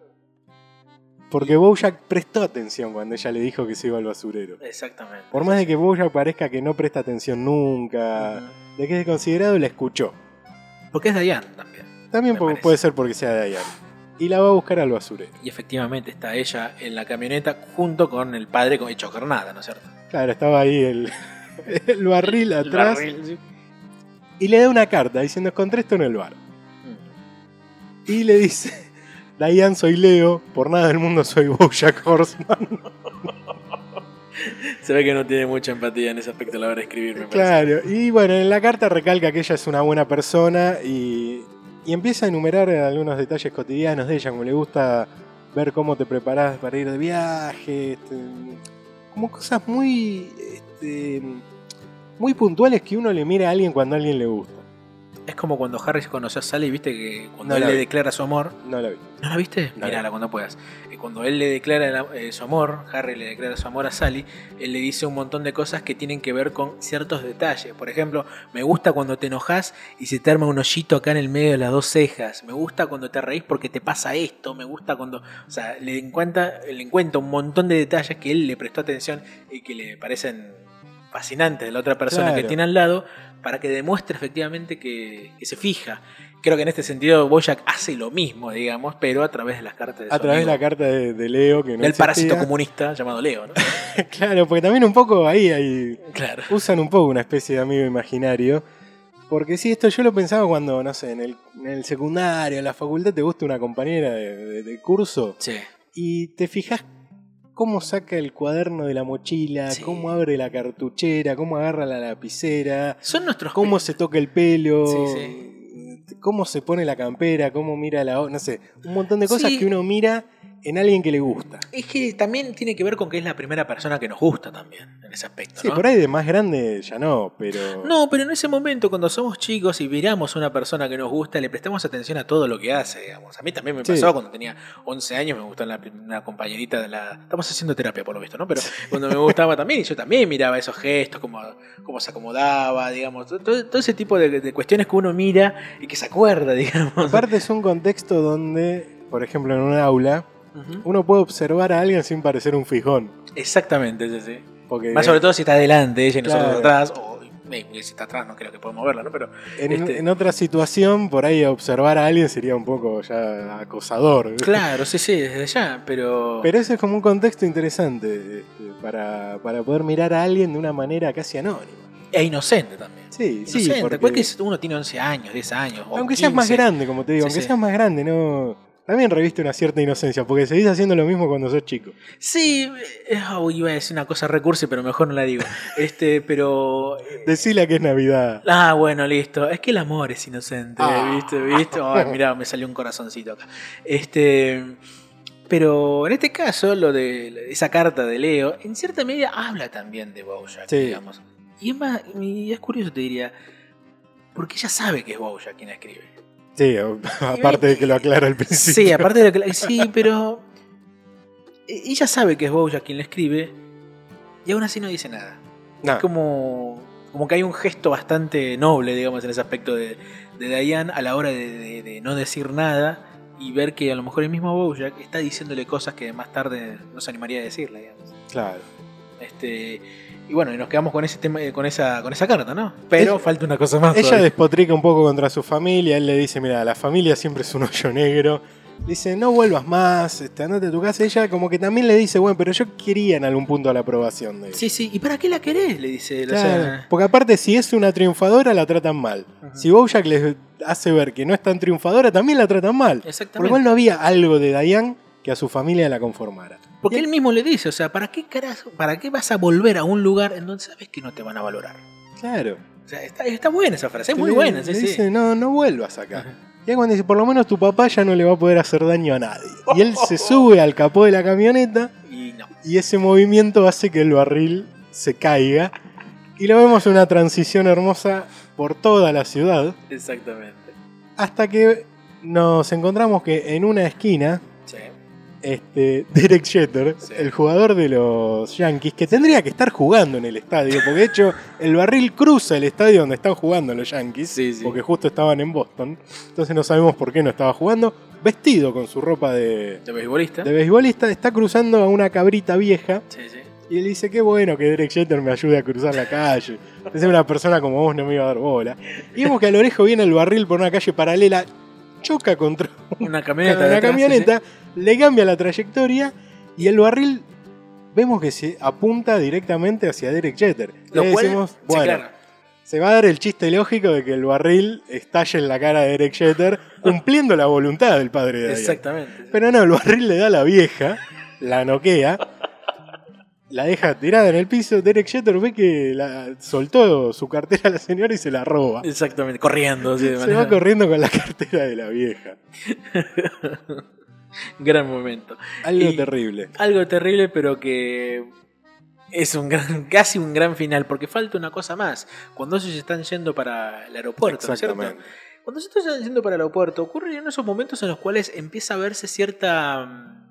Speaker 1: Porque Bojack prestó atención cuando ella le dijo que se iba al basurero.
Speaker 2: Exactamente.
Speaker 1: Por más de que Bojack parezca que no presta atención nunca,
Speaker 2: Ujú.
Speaker 1: de que es desconsiderado, la escuchó.
Speaker 2: Porque es Dayan también.
Speaker 1: También
Speaker 2: Me
Speaker 1: po-
Speaker 2: parece.
Speaker 1: puede ser porque sea Diane. Y la va a buscar al basurero.
Speaker 2: Y efectivamente está ella en la camioneta junto con el padre con hecho carnada, ¿no es cierto?
Speaker 1: Claro, estaba ahí el, *laughs* el barril atrás.
Speaker 2: barril, sí.
Speaker 1: Y le da una carta diciendo, encontré esto en el bar.
Speaker 2: Mm.
Speaker 1: Y le dice, *laughs* Diane, soy Leo, por nada del mundo soy Bojack Horseman.
Speaker 2: Se ve que no tiene mucha empatía en ese aspecto a la hora de escribir, me parece.
Speaker 1: Claro, y bueno, en la carta recalca que ella es una buena persona y, y empieza a enumerar algunos detalles cotidianos de ella, como le gusta ver cómo te preparás para ir de viaje, este, como cosas muy, este, muy puntuales que uno le mira a alguien cuando a alguien le gusta.
Speaker 2: Es como cuando Harry conoció a Sally, viste que
Speaker 1: No
Speaker 2: cuando él
Speaker 1: la
Speaker 2: le
Speaker 1: vi.
Speaker 2: declara su amor.
Speaker 1: No la vi.
Speaker 2: ¿No la viste?
Speaker 1: No la
Speaker 2: Mírala cuando puedas. Eh, Cuando él le declara el am- eh, su amor, Harry le declara su amor a Sally, él le dice un montón de cosas que tienen que ver con ciertos detalles. Por ejemplo, me gusta cuando te enojas y se te arma un hoyito acá en el medio de las dos cejas. Me gusta cuando te reís porque te pasa esto. Me gusta cuando. O sea, le encuentra, le encuentra un montón de detalles que él le prestó atención y que le parecen fascinantes de la otra persona que
Speaker 1: Claro.
Speaker 2: tiene al lado para que demuestre efectivamente que, que se fija. Creo que en este sentido Boyack hace lo mismo, digamos, pero a través de las cartas de
Speaker 1: A
Speaker 2: su
Speaker 1: través de
Speaker 2: amigo,
Speaker 1: la carta de, de Leo que no
Speaker 2: del parásito
Speaker 1: existía.
Speaker 2: comunista llamado Leo, ¿no?
Speaker 1: *laughs* Claro, porque también un poco ahí hay,
Speaker 2: claro.
Speaker 1: usan un poco una especie de amigo imaginario. Porque sí, esto yo lo pensaba cuando, no sé, en el, en el secundario, en la facultad, te gusta una compañera de, de- de curso
Speaker 2: Sí.
Speaker 1: y te fijas cómo saca el cuaderno de la mochila,
Speaker 2: Sí.
Speaker 1: cómo abre la cartuchera, cómo agarra la lapicera,
Speaker 2: Son nuestros
Speaker 1: cómo se toca el pelo,
Speaker 2: Sí, sí.
Speaker 1: cómo se pone la campera, cómo mira la... o- No sé, un montón de cosas
Speaker 2: Sí.
Speaker 1: que uno mira en alguien que le gusta.
Speaker 2: Es que también tiene que ver con que es la primera persona que nos gusta también, en ese aspecto.
Speaker 1: Sí,
Speaker 2: ¿no?
Speaker 1: por ahí de más grande ya no, pero.
Speaker 2: No, pero en ese momento, cuando somos chicos y miramos a una persona que nos gusta, le prestamos atención a todo lo que hace, digamos. A mí también me
Speaker 1: Sí.
Speaker 2: pasó cuando tenía 11 años, me gustó la- una compañerita de la... Estamos haciendo terapia, por lo visto, ¿no? Pero cuando me gustaba también, yo también miraba esos gestos, cómo, cómo se acomodaba, digamos. Todo, todo ese tipo de, de cuestiones que uno mira y que se acuerda, *laughs* digamos.
Speaker 1: Aparte es un contexto donde, por ejemplo, en un aula,
Speaker 2: Ujú.
Speaker 1: uno puede observar a alguien sin parecer un fijón.
Speaker 2: Exactamente, sí, sí.
Speaker 1: Porque
Speaker 2: Más sobre todo si está adelante ella y nosotros
Speaker 1: Eh, Claro.
Speaker 2: atrás. O, eh, si está atrás, no creo que podamos verla, ¿no? Pero
Speaker 1: en,
Speaker 2: este-
Speaker 1: en otra situación, por ahí observar a alguien sería un poco ya acosador.
Speaker 2: claro, sí, sí, desde allá. Pero,
Speaker 1: Pero ese es como un contexto interesante este, para, para poder mirar a alguien de una manera casi anónima.
Speaker 2: es inocente también.
Speaker 1: Sí, sí,
Speaker 2: Inocente.
Speaker 1: porque-
Speaker 2: Porque es- uno tiene 11 años, 10 años. o
Speaker 1: aunque seas
Speaker 2: 15.
Speaker 1: más grande, como te digo,
Speaker 2: Sí,
Speaker 1: aunque
Speaker 2: sí.
Speaker 1: seas más grande, no también reviste una cierta inocencia, porque seguís haciendo lo mismo cuando sos chico.
Speaker 2: Sí, eh, oh, iba a decir una cosa recursi, pero mejor no
Speaker 1: *laughs*
Speaker 2: la digo. este, pero. eh,
Speaker 1: Decila que es Navidad.
Speaker 2: Ah, bueno, listo. Es que el amor es inocente,
Speaker 1: Ah.
Speaker 2: ¿viste? ¿Viste? Ay, mirá, me salió un corazoncito acá. Este. Pero en este caso, lo de esa carta de Leo, en cierta medida habla también de Bojack,
Speaker 1: Sí.
Speaker 2: digamos. Y es más, y es curioso, te diría, porque ella sabe que es Bojack quien la escribe.
Speaker 1: Sí,
Speaker 2: *laughs*
Speaker 1: o- aparte de que lo aclara al principio.
Speaker 2: Sí, aparte de lo que... Sí, pero... e- Ella sabe que es Bojack quien la escribe y aún así no dice nada.
Speaker 1: No,
Speaker 2: como, como que hay un gesto bastante noble, digamos, en ese aspecto de, de Diane a la hora de, de- de no decir nada y ver que a lo mejor el mismo Bojack está diciéndole cosas que más tarde no se animaría a decirle, digamos.
Speaker 1: claro.
Speaker 2: Este, y bueno, y nos quedamos con ese tema, eh, con esa, con esa carta, ¿no? Pero
Speaker 1: Ella-
Speaker 2: falta una cosa más.
Speaker 1: Ella
Speaker 2: todavía.
Speaker 1: despotrica un poco contra su familia, él le dice, mira, la familia siempre es un hoyo negro. Le Dice, no vuelvas más, este, andate a tu casa. Ella como que también le dice, bueno, pero yo quería en algún punto la aprobación de él.
Speaker 2: Sí, sí, ¿y para qué la querés? Le dice él, o
Speaker 1: Claro,
Speaker 2: sea,
Speaker 1: porque aparte si es una triunfadora la tratan mal.
Speaker 2: Ajá.
Speaker 1: Si Bojack les hace ver que no es tan triunfadora, también la tratan mal. Por lo
Speaker 2: Exactamente.
Speaker 1: cual no había algo de Diane que a su familia la conformara.
Speaker 2: Porque él mismo le dice, o sea, ¿para qué carajo, para qué vas a volver a un lugar en donde sabes que no te van a valorar?
Speaker 1: Claro.
Speaker 2: O sea, está, está buena esa frase, es muy
Speaker 1: Le-
Speaker 2: buena, sí,
Speaker 1: le
Speaker 2: sí.
Speaker 1: dice, no, no vuelvas acá.
Speaker 2: Ajá.
Speaker 1: Y ahí cuando dice, por lo menos tu papá ya no le va a poder hacer daño a nadie. Y él
Speaker 2: *laughs*
Speaker 1: se sube al capó de la camioneta
Speaker 2: Y no.
Speaker 1: y ese movimiento hace que el barril se caiga. Y lo vemos en una transición hermosa por toda la ciudad.
Speaker 2: Exactamente.
Speaker 1: Hasta que nos encontramos que en una esquina
Speaker 2: Sí.
Speaker 1: este, Derek Jeter,
Speaker 2: Sí.
Speaker 1: el jugador de los Yankees, que tendría que estar jugando en el estadio, porque de hecho el barril cruza el estadio donde están jugando los Yankees,
Speaker 2: Sí, sí.
Speaker 1: porque justo estaban en Boston, entonces no sabemos por qué no estaba jugando, vestido con su ropa de,
Speaker 2: ¿De beisbolista?
Speaker 1: de beisbolista, está cruzando a una cabrita vieja
Speaker 2: Sí, sí.
Speaker 1: y él dice, qué bueno que Derek Jeter me ayude a cruzar la calle, pensé una persona como vos no me iba a dar bola. Y vemos que al orejo viene el barril por una calle paralela, choca contra
Speaker 2: Una camioneta. de
Speaker 1: la
Speaker 2: atrás,
Speaker 1: camioneta, le cambia la trayectoria y el barril vemos que se apunta directamente hacia Derek Jeter.
Speaker 2: sí, sí. Lo
Speaker 1: Le
Speaker 2: cual,
Speaker 1: decimos,
Speaker 2: sí,
Speaker 1: bueno,
Speaker 2: claro.
Speaker 1: se va a dar el chiste lógico de que el barril estalle en la cara de Derek
Speaker 2: *laughs*
Speaker 1: Jeter, cumpliendo la voluntad del padre de Diane.
Speaker 2: Exactamente.
Speaker 1: Pero no, el barril le da a la vieja, la noquea. La deja tirada en el piso, Derek Jeter ve que la soltó su cartera a la señora y se la roba.
Speaker 2: Exactamente. Corriendo. sí, de
Speaker 1: Se
Speaker 2: manera-
Speaker 1: va corriendo con la cartera de la vieja.
Speaker 2: Gran momento.
Speaker 1: Algo
Speaker 2: Y-
Speaker 1: terrible.
Speaker 2: Algo terrible, pero que. Es un gran, casi un gran final, porque falta una cosa más. Cuando ellos están yendo para el aeropuerto, ¿no es ¿cierto?
Speaker 1: Exactamente.
Speaker 2: Cuando se están yendo para el aeropuerto, ocurren esos momentos en los cuales empieza a verse cierta. mm,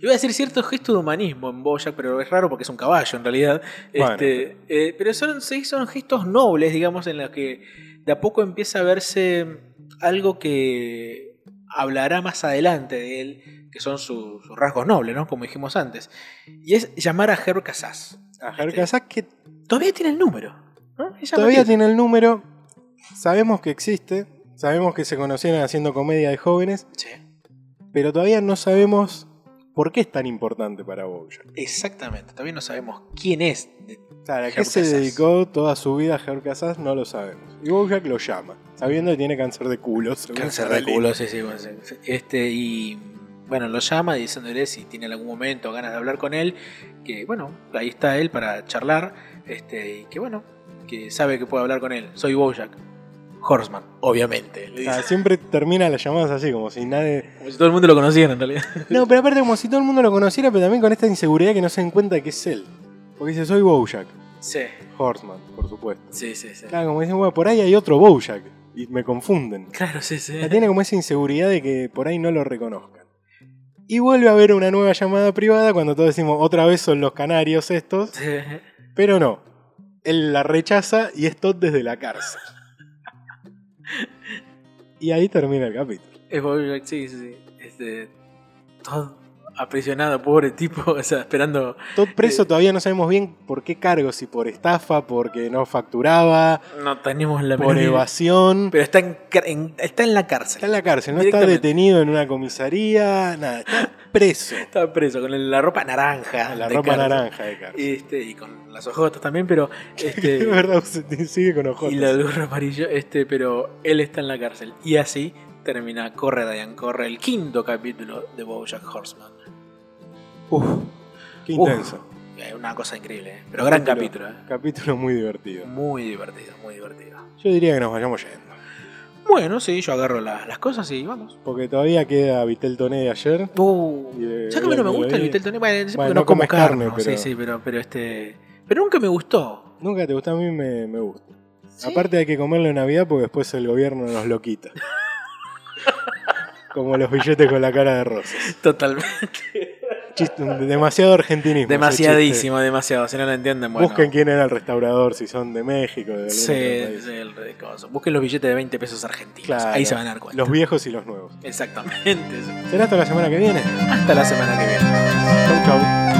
Speaker 2: Iba a decir cierto gesto de humanismo en Boyac, pero es raro porque es un caballo en realidad.
Speaker 1: Bueno,
Speaker 2: Este, eh, pero son, sí, son gestos nobles, digamos, en los que de a poco empieza a verse mm, algo que hablará más adelante de él, que son su- sus rasgos nobles, ¿no? Como dijimos antes. Y es llamar a Herb Casas.
Speaker 1: A Jaro Kazak, que
Speaker 2: Todavía tiene el número. ¿no? Es
Speaker 1: todavía
Speaker 2: llamativo.
Speaker 1: tiene el número. Sabemos que existe. Sabemos que se conocieron haciendo comedia de jóvenes.
Speaker 2: Sí.
Speaker 1: Pero todavía no sabemos por qué es tan importante para Bojack.
Speaker 2: Exactamente, todavía no sabemos quién es. de-
Speaker 1: O sea, ¿a qué
Speaker 2: Herb
Speaker 1: se
Speaker 2: Kazas.
Speaker 1: dedicó toda su vida Jaro Kazas? No lo sabemos. Y Bojack lo llama, sabiendo que tiene cáncer de culo. según
Speaker 2: Cáncer de
Speaker 1: Sardelli.
Speaker 2: culo, sí, sí, bueno, sí. Este, y bueno, lo llama diciéndole si tiene en algún momento ganas de hablar con él, que bueno, ahí está él para charlar, este, y que bueno, que sabe que puede hablar con él. Soy Bojack. Horseman, obviamente. le
Speaker 1: O
Speaker 2: dice.
Speaker 1: sea, siempre termina las llamadas así, como si nadie.
Speaker 2: Ah, Como si todo el mundo lo conociera en realidad.
Speaker 1: No, pero aparte, como si todo el mundo lo conociera, pero también con esta inseguridad que no se den cuenta que es él. Porque dice, soy Bojack.
Speaker 2: Sí,
Speaker 1: Horseman, por supuesto.
Speaker 2: sí, sí. sí.
Speaker 1: Claro, como dicen, bueno, por ahí hay otro Bojack. Y me confunden.
Speaker 2: Claro, sí, sí.
Speaker 1: Ya tiene como esa inseguridad de que por ahí no lo reconozcan. Y vuelve a haber una nueva llamada privada cuando todos decimos, otra vez son los canarios estos.
Speaker 2: Sí.
Speaker 1: Pero no. Él la rechaza y es Todd desde la cárcel. Y ahí termina el capítulo.
Speaker 2: Es Bobby Jack, sí, sí, sí. Este, todo aprisionado, pobre tipo, *laughs* o sea, esperando.
Speaker 1: Todd preso todavía no sabemos bien por qué cargo, si por estafa, porque no facturaba,
Speaker 2: No tenemos la
Speaker 1: por
Speaker 2: menor idea.
Speaker 1: evasión.
Speaker 2: Pero está en, car- en- está en la cárcel.
Speaker 1: Está en la cárcel, no está
Speaker 2: Directamente.
Speaker 1: detenido en una comisaría, nada, está preso.
Speaker 2: Está preso con la ropa naranja.
Speaker 1: La
Speaker 2: de
Speaker 1: ropa
Speaker 2: cárcel.
Speaker 1: naranja de *laughs* cárcel.
Speaker 2: Este, y con las ojotas también, pero. Este,
Speaker 1: *laughs* Es verdad, se- sigue con ojos.
Speaker 2: y la gorra amarilla, este, pero él está en la cárcel. Y así termina Corre Diane Corre, el quinto capítulo de Bojack Horseman.
Speaker 1: Uf, qué
Speaker 2: Uf.
Speaker 1: intenso.
Speaker 2: Eh, Una cosa increíble, eh. pero gran capítulo. eh.
Speaker 1: Capítulo muy divertido.
Speaker 2: Muy divertido, muy divertido.
Speaker 1: Yo diría que nos vayamos yendo.
Speaker 2: Bueno, sí, yo agarro la- las cosas y vamos.
Speaker 1: Porque todavía queda Vitel Toné de ayer.
Speaker 2: Uh,
Speaker 1: Y de-
Speaker 2: ya que a mí no me gusta el
Speaker 1: de-
Speaker 2: vitel toné, bueno, sí,
Speaker 1: Bueno,
Speaker 2: porque
Speaker 1: no
Speaker 2: no como
Speaker 1: comes
Speaker 2: carne,
Speaker 1: carne,
Speaker 2: sí,
Speaker 1: pero-
Speaker 2: sí, pero, pero este, pero nunca me gustó.
Speaker 1: Nunca te gusta, a mí me, me gusta.
Speaker 2: ¿Sí?
Speaker 1: Aparte hay que comerlo en Navidad porque después el gobierno nos lo quita. Como los billetes con la cara de rosas.
Speaker 2: *laughs* totalmente,
Speaker 1: Chiste, demasiado argentinismo. ese
Speaker 2: demasiadísimo, demasiado. Si no lo entienden,
Speaker 1: chiste.
Speaker 2: bueno,
Speaker 1: Busquen quién era el restaurador, si son de México, de algún
Speaker 2: Sí,
Speaker 1: otro país.
Speaker 2: sí, el re- coso. Busquen los billetes de 20 pesos argentinos.
Speaker 1: Claro.
Speaker 2: Ahí se van a dar cuenta.
Speaker 1: Los viejos y los nuevos.
Speaker 2: Exactamente.
Speaker 1: Será hasta la semana que viene.
Speaker 2: Hasta la semana que viene.
Speaker 1: Chau, chau.